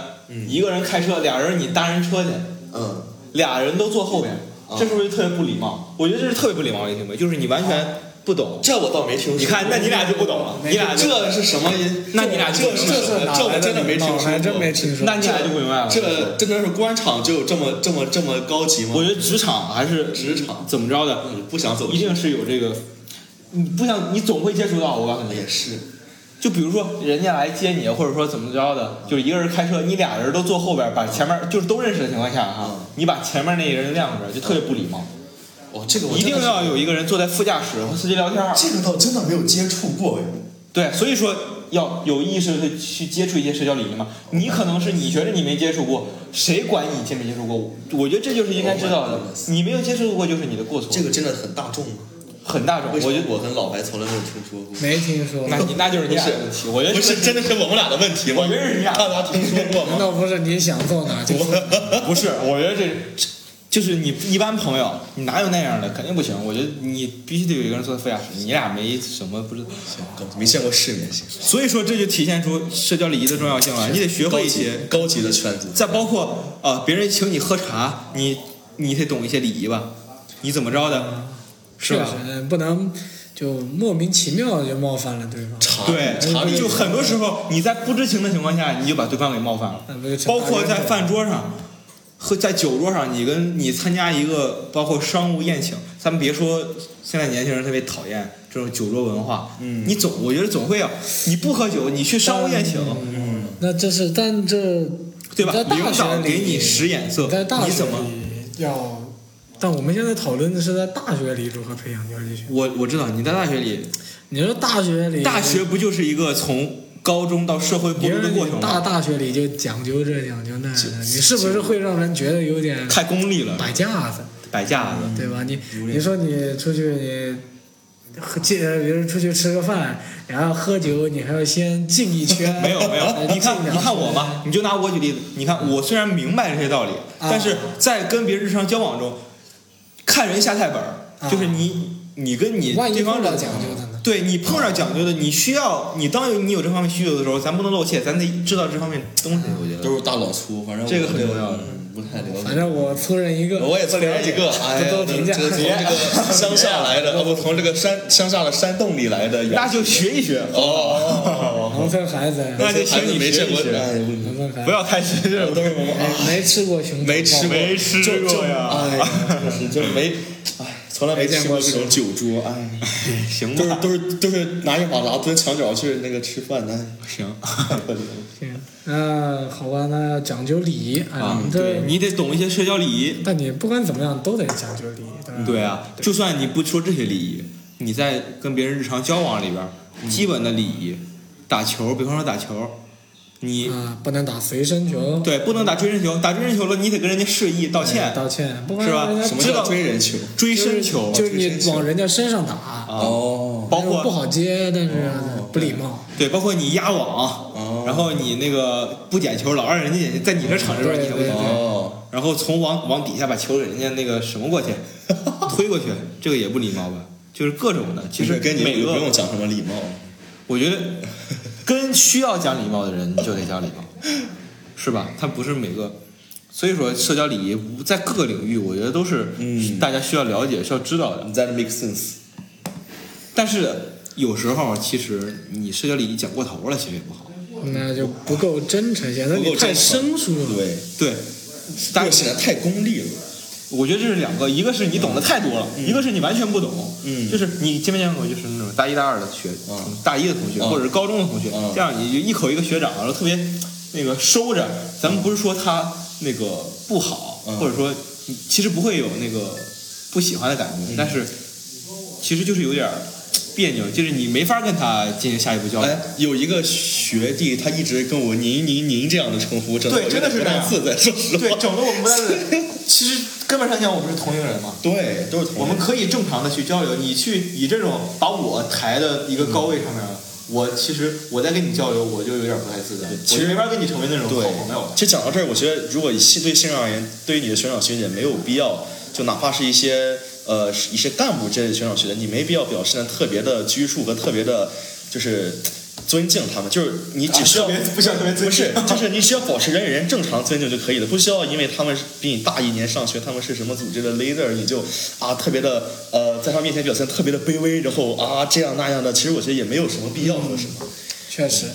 Speaker 1: 一个人开车，俩人你搭人车去，
Speaker 2: 嗯，
Speaker 1: 俩人都坐后边，
Speaker 2: 啊
Speaker 1: 这是不是特别不礼貌？我觉得这是特别不礼貌的一个行为，就是你完全不懂。
Speaker 2: 这我倒没听说过。
Speaker 1: 你看，那你俩就不懂了，你俩就
Speaker 2: 嗯 这是什么音？
Speaker 1: 那你俩
Speaker 2: 这
Speaker 1: 就是
Speaker 3: 这是哪
Speaker 2: 这
Speaker 3: 来
Speaker 2: 我真
Speaker 3: 的
Speaker 2: 的没
Speaker 3: 礼
Speaker 2: 听
Speaker 3: 貌
Speaker 2: 说
Speaker 3: 我还真
Speaker 2: 过
Speaker 3: 没听说。
Speaker 1: 那你俩就不明白了。
Speaker 2: 这真的是官场就有这么这么这么高级吗？
Speaker 1: 我觉得职场还是
Speaker 2: 职场
Speaker 1: 怎么着的，
Speaker 2: 嗯不想走
Speaker 1: 一定是有这个，你不想你总会接触到。我告诉你，
Speaker 2: 也是，
Speaker 1: 就比如说人家来接你，或者说怎么着的，就是一个人开车，你俩人都坐后边，把前面就是都认识的情况下哈
Speaker 2: 嗯，
Speaker 1: 你把前面那个人晾着，就特别不礼貌。
Speaker 2: 哦，这个我
Speaker 1: 一定
Speaker 2: 真的
Speaker 1: 要有一个人坐在副驾驶和司机聊天儿。
Speaker 2: 这个倒真的没有接触过哎。
Speaker 1: 对，所以说要有意识的去接触一些社交礼仪嘛。你可能是你觉得你没接触过，谁管你接没接触过？我我觉得这就是应该知道的
Speaker 2: Oh my，goodness
Speaker 1: 你没有接触过就是你的过错
Speaker 2: 这，个真的很大众吗？
Speaker 1: 很大众。
Speaker 2: 为什
Speaker 1: 我觉
Speaker 2: 么
Speaker 1: 得，
Speaker 2: 我跟老白从来没有听说过？
Speaker 3: 没听说。
Speaker 1: 那你那就是你俩的问题。我觉得
Speaker 2: 不是，
Speaker 1: 这个
Speaker 2: 真的是我们俩的问题吗？
Speaker 1: 我觉得是你俩
Speaker 2: 大家听说过
Speaker 3: 难
Speaker 2: 吗？
Speaker 3: 道不是你想揍哪 就揍哪？
Speaker 1: 不是，我觉得这这就是你一般朋友，你哪有那样的？肯定不行。我觉得你必须得有一个人坐在副驾驶，你俩没什么不是。
Speaker 2: 没见过世面，行。
Speaker 1: 所以说这就体现出社交礼仪的重要性了。你得学
Speaker 2: 高
Speaker 1: 会一些
Speaker 2: 级高级的圈子，
Speaker 1: 再包括啊、呃别人请你喝茶，你你得懂一些礼仪吧？你怎么着的？是
Speaker 3: 确
Speaker 1: 吧？
Speaker 3: 实不能就莫名其妙就冒犯了对方。
Speaker 1: 啊
Speaker 2: 茶
Speaker 1: 对，
Speaker 2: 茶
Speaker 1: 就
Speaker 2: 很。
Speaker 1: 很多时候你在不知情的情况下，你就把对方给冒犯了
Speaker 3: 那不就，成
Speaker 1: 包
Speaker 3: 大
Speaker 1: 括
Speaker 3: 冤
Speaker 1: 在
Speaker 3: 种
Speaker 1: 饭桌上。和在酒桌上，你跟你参加一个包括商务宴请，咱们别说现在年轻人特别讨厌这种酒桌文化，嗯，你总我觉得总会要，你不喝酒，你去商务宴请，
Speaker 3: 那这是，但这
Speaker 1: 对吧
Speaker 3: 在？大
Speaker 1: 领
Speaker 3: 学
Speaker 1: 导
Speaker 3: 里
Speaker 1: 给你使眼色
Speaker 3: 在，大
Speaker 1: 你
Speaker 3: 学
Speaker 1: 怎么？
Speaker 3: 里要？但我们现在讨论的是在大学里如何培养交际圈。
Speaker 1: 我我知道你在大学里
Speaker 3: 你说大学里，
Speaker 1: 大学不就是一个从高中到社会过
Speaker 3: 别
Speaker 1: 渡的
Speaker 3: 人
Speaker 1: 过程
Speaker 3: 大
Speaker 1: 吗？
Speaker 3: 大学里就讲究这讲究那的，你是不是会让人觉得有点
Speaker 1: 太功利了，
Speaker 3: 摆架子，
Speaker 1: 摆架子。
Speaker 3: 对吧？你你说你出去你喝进，比如出去吃个饭，然后喝酒，你还要先敬一圈，
Speaker 1: 没有没有，你看
Speaker 3: 敬两
Speaker 1: 你看我
Speaker 3: 圈
Speaker 1: 吧，你就拿我举例子，你看我虽然明白这些道理，
Speaker 3: 啊
Speaker 1: 但是在跟别人日常交往中，看人下菜本儿，就是你你跟你
Speaker 3: 啊万一
Speaker 1: 对方
Speaker 3: 碰到
Speaker 1: 人
Speaker 3: 讲究的呢？
Speaker 1: 对你碰上讲究的，你需要你当你有这方面需求的时候，咱不能露怯，咱得知道这方面东西。我觉得
Speaker 2: 都是大老粗，反正
Speaker 1: 这个很重要的
Speaker 2: 嗯不太了
Speaker 3: 反
Speaker 2: 解。
Speaker 3: 正我粗人一个，
Speaker 2: 我也从了 几个，哎呀，
Speaker 3: 不多
Speaker 2: 这
Speaker 3: 评价
Speaker 2: 这从这个乡下来的，哦不，从这个山乡下的山洞里来的，
Speaker 1: 那就学一学，
Speaker 2: 哦，
Speaker 3: 农村孩子，
Speaker 1: 那就
Speaker 2: 孩
Speaker 1: 请
Speaker 2: 子
Speaker 1: 你
Speaker 2: 没
Speaker 1: 学
Speaker 2: 见
Speaker 1: 一
Speaker 2: 过，
Speaker 1: 学，
Speaker 2: 哎呀，我
Speaker 3: 农村孩
Speaker 1: 哎不
Speaker 3: 子，
Speaker 1: 要太学这种东西，我们
Speaker 3: 哎，没吃 过熊掌，
Speaker 2: 没吃过，
Speaker 1: 没吃
Speaker 2: 就
Speaker 1: 过
Speaker 2: 就
Speaker 1: 呀
Speaker 2: 哎呀，就是就没，哎，从来没吃过这种酒桌， 哎，
Speaker 1: 行
Speaker 2: 都是
Speaker 1: 吧？
Speaker 2: 都是都是拿一马扎蹲墙角去那个吃饭， 哎，
Speaker 1: 行，
Speaker 3: 行，那好吧，那要讲究礼仪啊，
Speaker 1: 对
Speaker 3: 这
Speaker 1: 你得懂一些社交礼仪。
Speaker 3: 但你不管怎么样都得讲究礼嗯仪，对吧？
Speaker 1: 对啊，就算你不说这些礼仪，你在跟别人日常交往里边，
Speaker 3: 嗯
Speaker 1: 基本的礼仪，打球，比方说打球，你
Speaker 3: 啊，不能打随身球，
Speaker 1: 对不能打追身球，打追身球了，你得跟人家示意道
Speaker 3: 哎
Speaker 1: 歉，
Speaker 3: 道歉，不管
Speaker 1: 是吧
Speaker 3: 人家
Speaker 1: 什
Speaker 2: 什
Speaker 1: 么
Speaker 2: 么
Speaker 1: 知道
Speaker 2: 叫追人球？
Speaker 1: 追
Speaker 3: 就是
Speaker 1: 身球，啊
Speaker 3: 就是
Speaker 2: 追身
Speaker 3: 你
Speaker 2: 球
Speaker 3: 往人家身上打，
Speaker 2: 哦
Speaker 1: 包
Speaker 3: 那
Speaker 1: 括
Speaker 3: 个不好接，但是啊不礼貌。
Speaker 1: 对，包括你压网，
Speaker 2: 哦
Speaker 1: 然后你那个不捡球，老让人家捡在你这场这边
Speaker 3: 对
Speaker 1: 你捡不捡
Speaker 3: 对
Speaker 1: 球，
Speaker 2: 哦，
Speaker 1: 然后从网往底下把球给人家那个什么过去，推过去，这个也不礼貌吧？就是各种的，其
Speaker 2: 其
Speaker 1: 实
Speaker 2: 实跟你
Speaker 1: 每
Speaker 2: 不用
Speaker 1: 个
Speaker 2: 讲什么礼貌，
Speaker 1: 我觉得 跟需要讲礼貌的人就得讲礼 貌，是吧？他不是每个。所以说，社交礼仪不在各个领域，我觉得都是
Speaker 2: 嗯
Speaker 1: 大家需要了解、需要知道的。
Speaker 2: 你在 make sense。
Speaker 1: 但是有时候，其实你社交礼仪讲过头了，其实也不好。
Speaker 3: 那就不够真诚，显得
Speaker 2: 不
Speaker 3: 你
Speaker 2: 够
Speaker 3: 太
Speaker 2: 真诚
Speaker 3: 生疏了。
Speaker 2: 对，
Speaker 1: 对，
Speaker 2: 但
Speaker 1: 但
Speaker 2: 是显得太功利了。
Speaker 1: 我觉得这是两个，一个是你懂得太多了，一个是你完全不懂。
Speaker 2: 嗯
Speaker 1: 就是你见没见过，就是那种大一大二的学，
Speaker 2: 嗯
Speaker 1: 大一的同学、
Speaker 2: 嗯
Speaker 1: 或者是高中的同学，
Speaker 2: 嗯
Speaker 1: 这样你就一口一个学长，然后特别那个收着。咱们不是说他那个不好，
Speaker 2: 嗯
Speaker 1: 或者说其实不会有那个不喜欢的感
Speaker 2: 嗯
Speaker 1: 觉，但是其实就是有点儿别扭，就是你没法跟他进行下一步交流。
Speaker 2: 哎，有一个学弟，他一直跟我您您您这样的称呼，整的
Speaker 4: 对
Speaker 2: 我
Speaker 4: 真的是
Speaker 2: 有
Speaker 4: 这
Speaker 2: 点
Speaker 4: 样
Speaker 2: 不太自在。说实
Speaker 4: 对，
Speaker 2: 话，
Speaker 4: 整的我们 班的，其实根本上讲我们是同龄人嘛。
Speaker 2: 对，都是同
Speaker 4: 我们
Speaker 2: 龄
Speaker 4: 可以正常的去交流，你去以这种把我抬的一个高位上面，我其实我在跟你交流，我就有点不太自在，
Speaker 2: 其
Speaker 4: 我
Speaker 2: 实
Speaker 4: 就没法跟你成为那种
Speaker 2: 对
Speaker 4: 好朋友了。
Speaker 2: 其实讲到这儿，我觉得如果系对信任而言，对于你的学长学姐没有必要，就哪怕是一些呃一些干部之类的学长学姐，你没必要表现的特别的拘束和特别的，就是尊敬他们，就是你只需要、
Speaker 4: 啊特别不想特别
Speaker 2: 不
Speaker 4: 尊
Speaker 2: 是
Speaker 4: 敬，
Speaker 2: 就是你只要保持人与人正常尊敬就可以了，不需要因为他们是比你大一年上学，他们是什么组织的 leader，你就啊特别的呃在他面前表现特别的卑微，然后啊这样那样的，其实我觉得也没有什么必要说什么，
Speaker 3: 确实，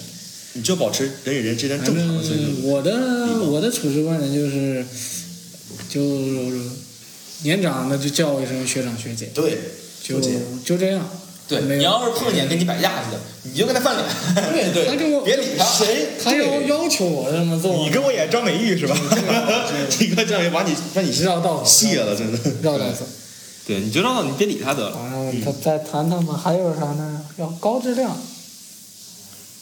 Speaker 2: 你就保持人与人之间
Speaker 3: 反
Speaker 2: 正常的尊敬。
Speaker 3: 正我的我的处事观点就是，就年长的就叫我一声学长学姐，
Speaker 2: 对，
Speaker 3: 就
Speaker 2: 姐
Speaker 3: 就这样。没有
Speaker 4: 是碰见跟你摆架子的，你就跟他翻 脸，
Speaker 2: 对对
Speaker 3: 他跟我
Speaker 4: 别理他。
Speaker 2: 谁
Speaker 3: 他要要求我这么做，
Speaker 2: 你跟我演张美玉是 吧？你看张美玉把你把你身
Speaker 3: 绕
Speaker 2: 上
Speaker 3: 道走
Speaker 2: 卸了，真的
Speaker 3: 绕道走。
Speaker 1: 对，你就让他你别理他得了。
Speaker 3: 然后他再谈谈嘛，还有啥呢？要高质量。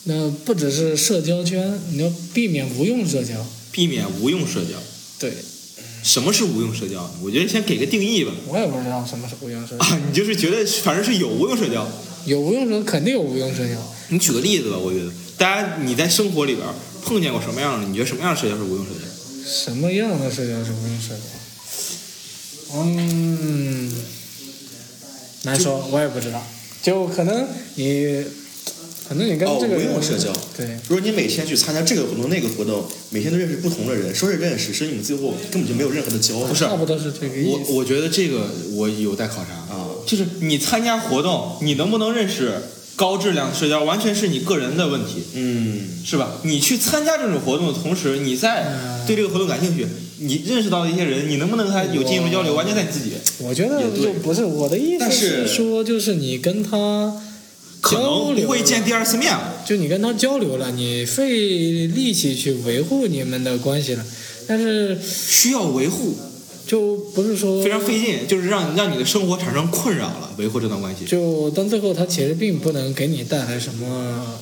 Speaker 3: 那不只是社交圈，你要避免无用社交。
Speaker 1: 避免无用社交。
Speaker 3: 对，
Speaker 1: 什么是无用社交？我觉得先给个定义吧。
Speaker 3: 我也不知道什么是无用 社交，
Speaker 1: 啊，你就是觉得反正是有无用社交。
Speaker 3: 有无用社交肯定有无用社交。
Speaker 1: 你举个例子吧，我觉得大家你在生活里边碰见过什么样的？你觉得什么样的社交是无用社交？
Speaker 3: 什么样的社交是无用社交？嗯，难说，我也不知道。就可能你，可能你跟
Speaker 2: 哦
Speaker 3: 这个
Speaker 2: 无
Speaker 3: 人、
Speaker 2: 用社交
Speaker 3: 对，
Speaker 2: 如果你每天去参加这个活动那个活动，每天都认识不同的人，说是认识，实际你们最后根本就没有任何的交流。
Speaker 1: 不是
Speaker 3: 差不多是这个意
Speaker 1: 我
Speaker 3: 思。
Speaker 1: 我觉得这个我有待考察啊，就是你参加活动，你能不能认识高质量社交，完全是你个人的问题，
Speaker 2: 嗯，
Speaker 1: 是吧？你去参加这种活动的同时，你在
Speaker 3: 嗯
Speaker 1: 对这个活动感兴趣，你认识到的一些人，你能不能跟他有进一步交流，完全在你自己。
Speaker 3: 我觉得
Speaker 2: 也对
Speaker 3: 就不是我的意思
Speaker 2: 但是
Speaker 3: 说，就是你跟他
Speaker 1: 可
Speaker 3: 交
Speaker 1: 能
Speaker 3: 流
Speaker 1: 不会见第二次面了，
Speaker 3: 就你跟他交流了，你费力气去维护你们的关系了，但是
Speaker 1: 需要维护，
Speaker 3: 就不是说
Speaker 1: 非常费劲，就是让让你的生活产生困扰了，维护这段关系。
Speaker 3: 就到最后，他其实并不能给你带来什么，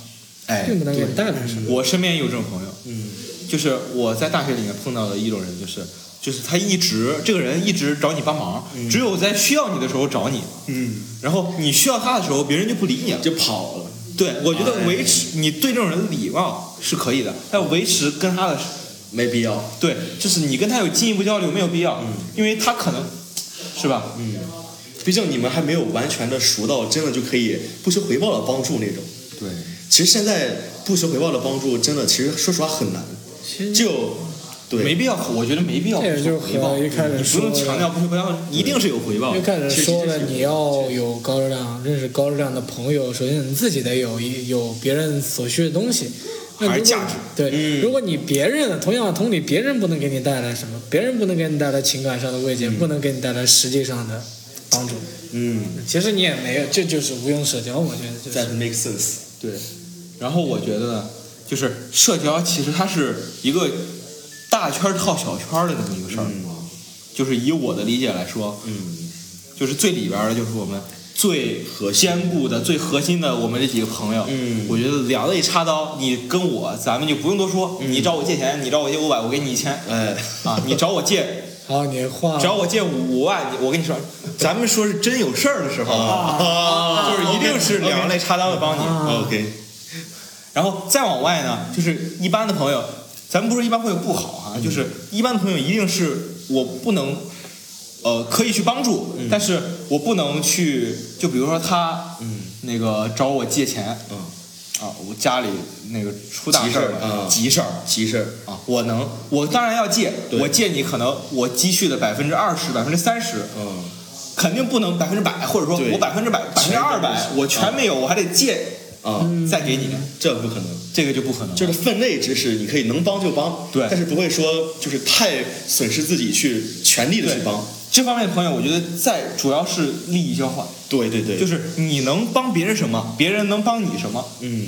Speaker 1: 哎
Speaker 3: 并不能给你带来什么。
Speaker 1: 我身边也有这种朋友，嗯，就是我在大学里面碰到的一种人，就是就是他一直这个人一直找你帮忙，只有在需要你的时候找你，
Speaker 2: 嗯，
Speaker 1: 然后你需要他的时候，别人就不理你了。
Speaker 2: 就哎跑了。
Speaker 1: 对，我觉得维持你对这种人礼貌是可以的，但维持跟他的
Speaker 2: 没必要，
Speaker 1: 对，就是你跟他有进一步交流没有必要，因为他可能是吧？
Speaker 2: 嗯，毕竟你们还没有完全的熟到真的就可以不求回报的帮助那种。
Speaker 1: 对，
Speaker 2: 其实现在不求回报的帮助，真的其实说实话很难。
Speaker 3: 其实
Speaker 2: 就对，
Speaker 1: 没必要，我觉得没必要
Speaker 3: 这也就
Speaker 1: 说回报，
Speaker 3: 和一开始
Speaker 1: 你不用
Speaker 3: 说的
Speaker 1: 强调不是回报，一定是有回报的。
Speaker 3: 就开始
Speaker 1: 其实这
Speaker 3: 说了，
Speaker 1: 是有
Speaker 3: 你要有高质量，认识高质量的朋友，首先你自己得有一有别人所需的东西。那
Speaker 1: 还是
Speaker 3: 如果
Speaker 1: 价值
Speaker 3: 对，
Speaker 2: 嗯
Speaker 3: 如果你别人同样同理，别人不能给你带来什么，别人不能给你带来情感上的慰
Speaker 1: 嗯
Speaker 3: 藉，不能给你带来实际上的帮助。
Speaker 2: 嗯
Speaker 3: 其实你也没有，这就是无用社交，我觉得就是
Speaker 2: ，that。makes sense。
Speaker 1: 对，然后我觉得呢，就是社交其实它是一个大圈儿套小圈儿的这么一个事儿，就是以我的理解来说，
Speaker 2: 嗯，
Speaker 1: 就是最里边儿的就是我们最核坚固的、最核心的我们这几个朋友。
Speaker 2: 嗯
Speaker 1: 我觉得两肋插刀，你跟我咱们就不用多说，你找我借钱，你找我借五百，我给你一千
Speaker 2: 嗯哎，
Speaker 1: 啊，你找我借，
Speaker 3: 好，你画
Speaker 1: 找我借五万，你我跟你说，咱们说是真有事儿的时候，
Speaker 2: 啊
Speaker 1: 就是一定是两肋插刀的帮你。
Speaker 2: OK，
Speaker 1: 然后再往外呢，就是一般的朋友，咱们不说一般朋友不好啊，就是一般的朋友一定是我不能，呃，可以去帮助，但是我不能去，就比如说他，
Speaker 2: 嗯，
Speaker 1: 那个找我借钱，
Speaker 2: 嗯，
Speaker 1: 啊，我家里那个出大
Speaker 2: 急
Speaker 1: 事
Speaker 2: 事儿
Speaker 1: 儿了，
Speaker 2: 嗯
Speaker 1: 急事儿
Speaker 2: 急事儿，
Speaker 1: 啊，我能，我当然要借，
Speaker 2: 对
Speaker 1: 我借你可能我积蓄的百分之二十、百分之三十，
Speaker 2: 嗯，
Speaker 1: 肯定不能百分之百，或者说
Speaker 2: 对
Speaker 1: 我百分之百、百分之二百，我全没有，我还得借
Speaker 2: 啊，
Speaker 1: 再给你，
Speaker 2: 嗯这不可能。
Speaker 1: 这个就不可能了。
Speaker 2: 就是分内之事，你可以能帮就帮，
Speaker 1: 对
Speaker 2: 但是不会说就是太损失自己去全力的去帮，
Speaker 1: 这方面的朋友，我觉得在主要是利益交换，
Speaker 2: 对对对，
Speaker 1: 就是是你能帮别人什么，别人能帮你什么，
Speaker 2: 嗯，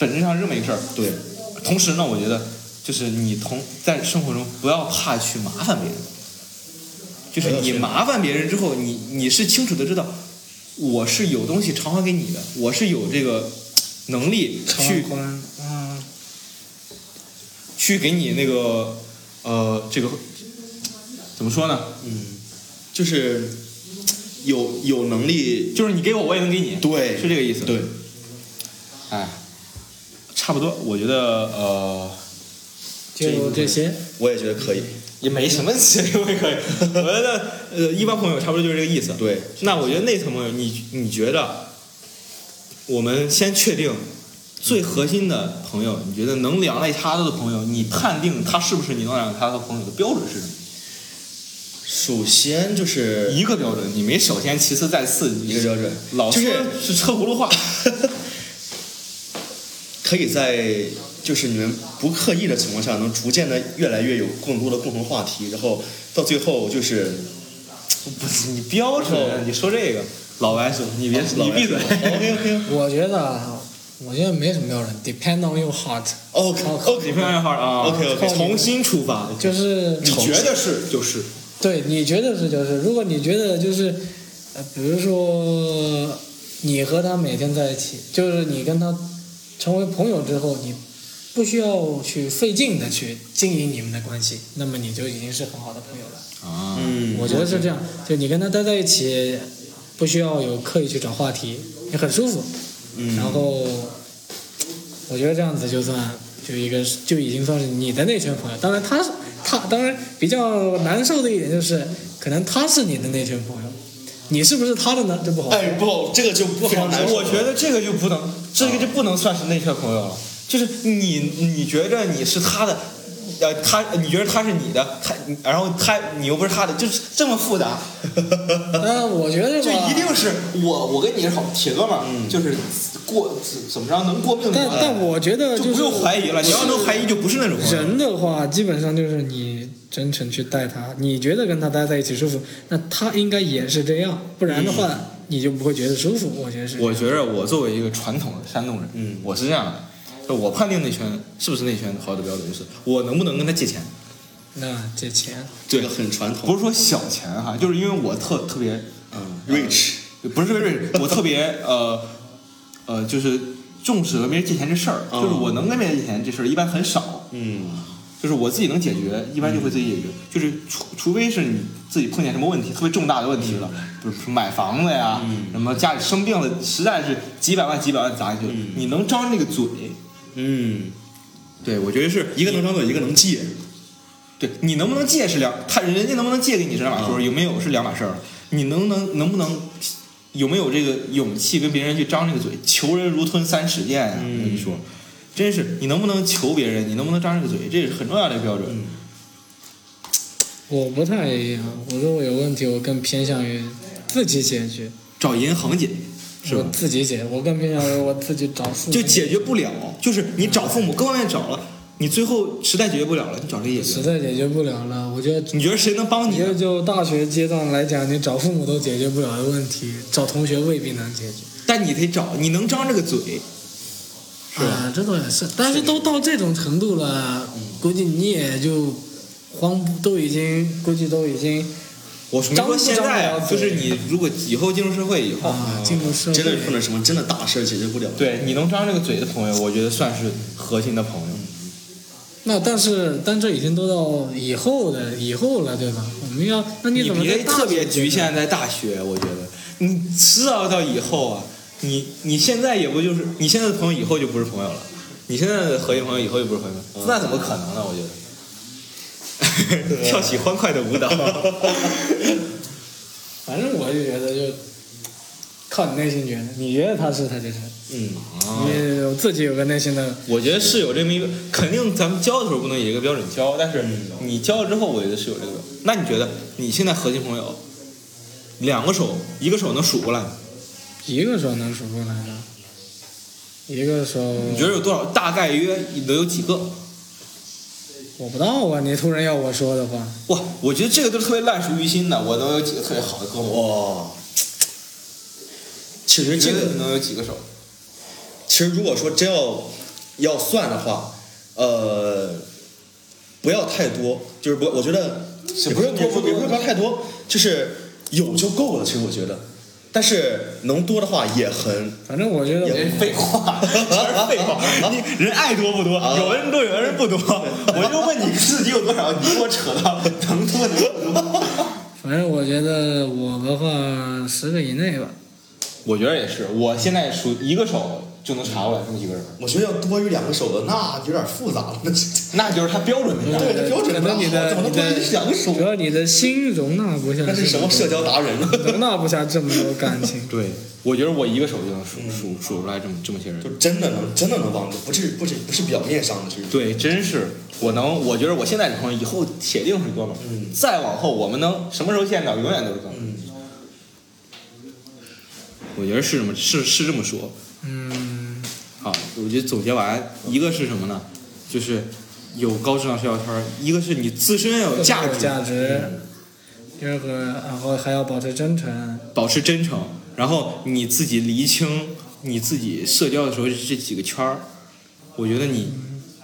Speaker 1: 本质上是这么一个事儿。
Speaker 2: 对，
Speaker 1: 同时呢，我觉得就是你同在生活中不要怕去麻烦别人，就是你麻烦别人之后，你你是清楚的知道，我是有东西偿还给你的，我是有这个能力
Speaker 3: 长
Speaker 1: 去
Speaker 3: 宽，嗯，
Speaker 1: 去给你那个呃这个怎么说呢？
Speaker 2: 就是有有能力，
Speaker 1: 就是你给我，我也能给你，
Speaker 2: 对，
Speaker 1: 是这个意思。
Speaker 2: 对，
Speaker 1: 哎，差不多，我觉得呃
Speaker 3: 就这些。
Speaker 2: 我也觉得可以，
Speaker 1: 也没什么其实我也可以，我觉得呃一般朋友差不多就是这个意思。
Speaker 2: 对，
Speaker 1: 那我觉得内层朋友，你你觉得我们先确定最核心的朋友，你觉得能两肋插刀的朋友，你判定他是不是你能两肋插刀的朋友的标准是什么？
Speaker 2: 首先就是
Speaker 1: 一个标准，你没首先其次再次
Speaker 2: 一个标准，
Speaker 1: 老
Speaker 2: 就
Speaker 1: 说是
Speaker 2: 是
Speaker 1: 车轱辘话，
Speaker 2: 可以在就是你们不刻意的情况下，能逐渐的越来越有更多的共同话题，然后到最后就是
Speaker 1: 不是你标准，你说这个老白说，你别、
Speaker 2: 老
Speaker 1: 你闭嘴。
Speaker 2: OK OK
Speaker 3: 我觉得啊，我觉得没什么标准，depend on your heart。
Speaker 2: OK
Speaker 1: 你
Speaker 2: OK，
Speaker 1: 非常好啊
Speaker 2: OK，OK
Speaker 1: 重新出发，
Speaker 3: 就是
Speaker 1: 你觉得是就是，
Speaker 3: 对，你觉得是就是，如果你觉得就是，呃，比如说你和他每天在一起，就是你跟他成为朋友之后，你不需要去费劲的去经营你们的关系，那么你就已经是很好的朋友了。
Speaker 1: 啊
Speaker 2: 嗯，
Speaker 3: 我觉得是这样，就你跟他待在一起，不需要有刻意去找话题，也很舒服。
Speaker 2: 嗯
Speaker 3: 然后我觉得这样子就算就一个就已经算是你的那群朋友。当然他是他当然比较难受的一点就是，可能他是你的那群朋友，你是不是他的呢？这不好说。
Speaker 2: 哎不，这个就不好难受，
Speaker 1: 我觉得这个就不能，这个就不能算是内圈朋友了。就是你，你觉着你是他的，呃，他你觉得他是你的，他，然后他你又不是他的，就是这么复杂，
Speaker 3: 呃，我觉得
Speaker 1: 就
Speaker 3: 吧
Speaker 1: 一。定是
Speaker 4: 我我跟你是好铁哥们儿，就是过怎么着能过命的哎
Speaker 3: 但
Speaker 4: 关系。
Speaker 3: 但我觉得
Speaker 1: 就是不用怀疑了。你要能怀疑，就不是那种朋友。
Speaker 3: 人的话，基本上就是你真诚去待他，你觉得跟他待在一起舒服，那他应该也是这样，不然的话、你就不会觉得舒服。我觉得是。
Speaker 1: 嗯我觉着我作为一个传统的山东人，嗯，我是这样的，就我判定内圈是不是内圈好的标准，就是我能不能跟他借钱。
Speaker 3: 那借钱，
Speaker 2: 这个很传统，
Speaker 1: 不是说小钱哈，就是因为我特特别，呃
Speaker 2: 嗯，rich，
Speaker 1: 不是特别 睿智，我特别呃呃，就是重视和别人借钱这事儿，
Speaker 2: 嗯
Speaker 1: 就是我能跟别人借钱这事儿一般很少，
Speaker 2: 嗯
Speaker 1: 就是我自己能解决，一般就会自己解决，就是除除非是你自己碰见什么问题特别重大的问题了，
Speaker 2: 嗯
Speaker 1: 比如说买房子呀，什么家里生病了，实在是几百万几百万砸下去了，你能张那个嘴，
Speaker 2: 嗯，
Speaker 1: 对我觉得是
Speaker 2: 一个能张嘴，一个能借，
Speaker 1: 嗯对你能不能借是两，他人家能不能借给你是两码事儿，有没有是两码事儿。你能能能不能有没有这个勇气跟别人去张这个嘴？求人如吞三尺剑呀、啊我跟你说，真是你能不能求别人？你能不能张这个嘴？这也是很重要的标准。
Speaker 3: 我不太一样，我如果有问题，我更偏向于自己解决，
Speaker 1: 找银行解，是
Speaker 3: 我
Speaker 1: 吧？
Speaker 3: 自己解，我更偏向于我自己找父母。
Speaker 1: 就解决不了，就是你找父母各方面找了，你最后实在解决不了了，你找谁解
Speaker 3: 实
Speaker 1: 决？
Speaker 3: 在解决不了了，我觉得。
Speaker 1: 你觉得谁能帮
Speaker 3: 我
Speaker 1: 你
Speaker 3: 觉
Speaker 1: 呢？
Speaker 3: 得就大学阶段来讲，你找父母都解决不了的问题，找同学未必能解决。
Speaker 1: 但你得找，你能张这个嘴，是吧？
Speaker 3: 啊，这倒也是，但是都到这种程度了，估计你也就慌不，都已经估计都已经
Speaker 1: 我没
Speaker 3: 张
Speaker 1: 说
Speaker 3: 不
Speaker 1: 现
Speaker 3: 张
Speaker 1: 在
Speaker 3: 得
Speaker 1: 啊，
Speaker 3: 了
Speaker 1: 就
Speaker 3: 嘴
Speaker 1: 是你如果以后进入社会以后，
Speaker 3: 啊进入社会，
Speaker 2: 真的碰到什么真的大事儿解决不了，
Speaker 1: 对你能张这个嘴的朋友，我觉得算是核心的朋友。
Speaker 3: 那但是但这已经都到以后的以后了，对吧？我们要那
Speaker 1: 你
Speaker 3: 怎么在
Speaker 1: 别
Speaker 3: 大
Speaker 1: 特别
Speaker 3: 学阶
Speaker 1: 局
Speaker 3: 段
Speaker 1: 限在大学，我觉得你迟早到以后啊，你你现在也不就是你现在的朋友，以后就不是朋友了。你现在的核心朋友以后就不是朋友了，那怎么可能呢？我觉得， 跳起欢快的舞蹈。
Speaker 3: 反正我就觉得就靠你内心觉得，你觉得他是他就是，
Speaker 2: 嗯，
Speaker 1: 哦
Speaker 3: 你有自己有个内心的，
Speaker 1: 我觉得是有这么一个，肯定咱们教的时候不能以这个标准教，但是你教了之后，我觉得是有这个标准。那你觉得你现在核心朋友，两个手，一个手能数过来吗？
Speaker 3: 一个手能数过来的，一个手
Speaker 1: 你觉得有多少？大概约能有几个？
Speaker 3: 我不知道啊，你突然要我说的话，
Speaker 1: 哇，我觉得这个都是特别烂熟于心的。我能有几个特别好的哥们儿？
Speaker 2: 哇，其实
Speaker 1: 你觉
Speaker 2: 这
Speaker 1: 得
Speaker 2: 个
Speaker 1: 你能有几个手？
Speaker 2: 其实如果说真要要算的话，呃，不要太多，就是不，我觉得也不是多，也不是不要太多，就是有就够了。其实我觉得，但是能多的话也很
Speaker 3: 反正我觉得
Speaker 2: 也
Speaker 1: 废话， 全是废话。你人爱多不多，
Speaker 2: 啊
Speaker 1: 有人多，有人不多。我就问你自己有多少，你给我扯到能多能不多。
Speaker 3: 反正我觉得我的话十个以内吧，
Speaker 1: 我觉得也是，我现在数一个手就能查过来这么几个人，
Speaker 2: 我觉得要多于两个手的那有点复杂了。那是
Speaker 1: 那就是他标准的。，
Speaker 2: 对，这标准
Speaker 3: 可
Speaker 2: 不
Speaker 3: 能
Speaker 2: 大
Speaker 3: 你
Speaker 2: 好，
Speaker 3: 的
Speaker 2: 怎么能
Speaker 3: 你
Speaker 2: 多于两个
Speaker 3: 的
Speaker 2: 手
Speaker 3: 主？要你的心容纳不下，
Speaker 2: 那是什么社？交达人呢？
Speaker 3: 容纳不下这么多感情
Speaker 1: 对，我觉得我一个手就能数数数出来这么这么些人
Speaker 2: 就。真的能真的能帮助，不是不是不是表面上的，是
Speaker 1: 对，真是，我能，我觉得我现在这朋友以后铁定是哥们儿。
Speaker 2: 嗯
Speaker 1: 再往后，我们能什么时候见到，永远都是哥们儿。
Speaker 2: 嗯
Speaker 1: 我觉得是这么，是是这么说。
Speaker 3: 嗯，
Speaker 1: 好，我觉得总结完，一个是什么呢？就是有高质量社交圈儿，一个是你自身要有价
Speaker 3: 有
Speaker 1: 值，
Speaker 3: 价值。第二个，然后还要保持真诚，
Speaker 1: 保持真诚，然后你自己厘清你自己社交的时候这几个圈儿，我觉得你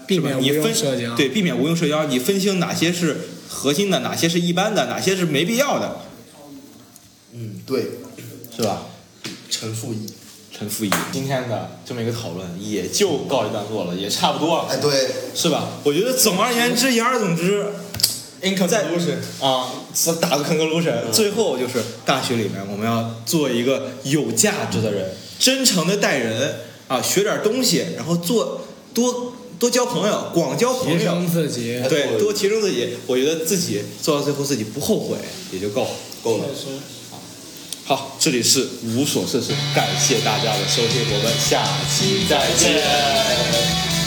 Speaker 3: 避
Speaker 1: 是吧
Speaker 3: 免无
Speaker 1: 你
Speaker 3: 用
Speaker 1: 分
Speaker 3: 社交。
Speaker 1: 对，避免无用社交，你分清哪些是核心的，哪些是一般的，哪些是没必要的，
Speaker 2: 嗯，对，
Speaker 1: 是吧？
Speaker 2: 陈复义，
Speaker 1: 陈复一，今天的这么一个讨论也就告一段落了，也差不多了，
Speaker 2: 哎，对，
Speaker 1: 是吧？我觉得总而言之，言而总之，
Speaker 2: i n c o
Speaker 1: 在
Speaker 2: n u s i o n
Speaker 1: 啊，是打个 conclusion，最后就是大学里面我们要做一个有价值的人，真诚的待人啊，学点东西，然后做多多交朋友，广交
Speaker 3: 提
Speaker 1: 朋友
Speaker 3: 升，自己，
Speaker 1: 对，多提升自己。我觉得自己做到最后自己不后悔也就够了，够了。好，这里是无所事事，感谢大家的收听，我们下期再见。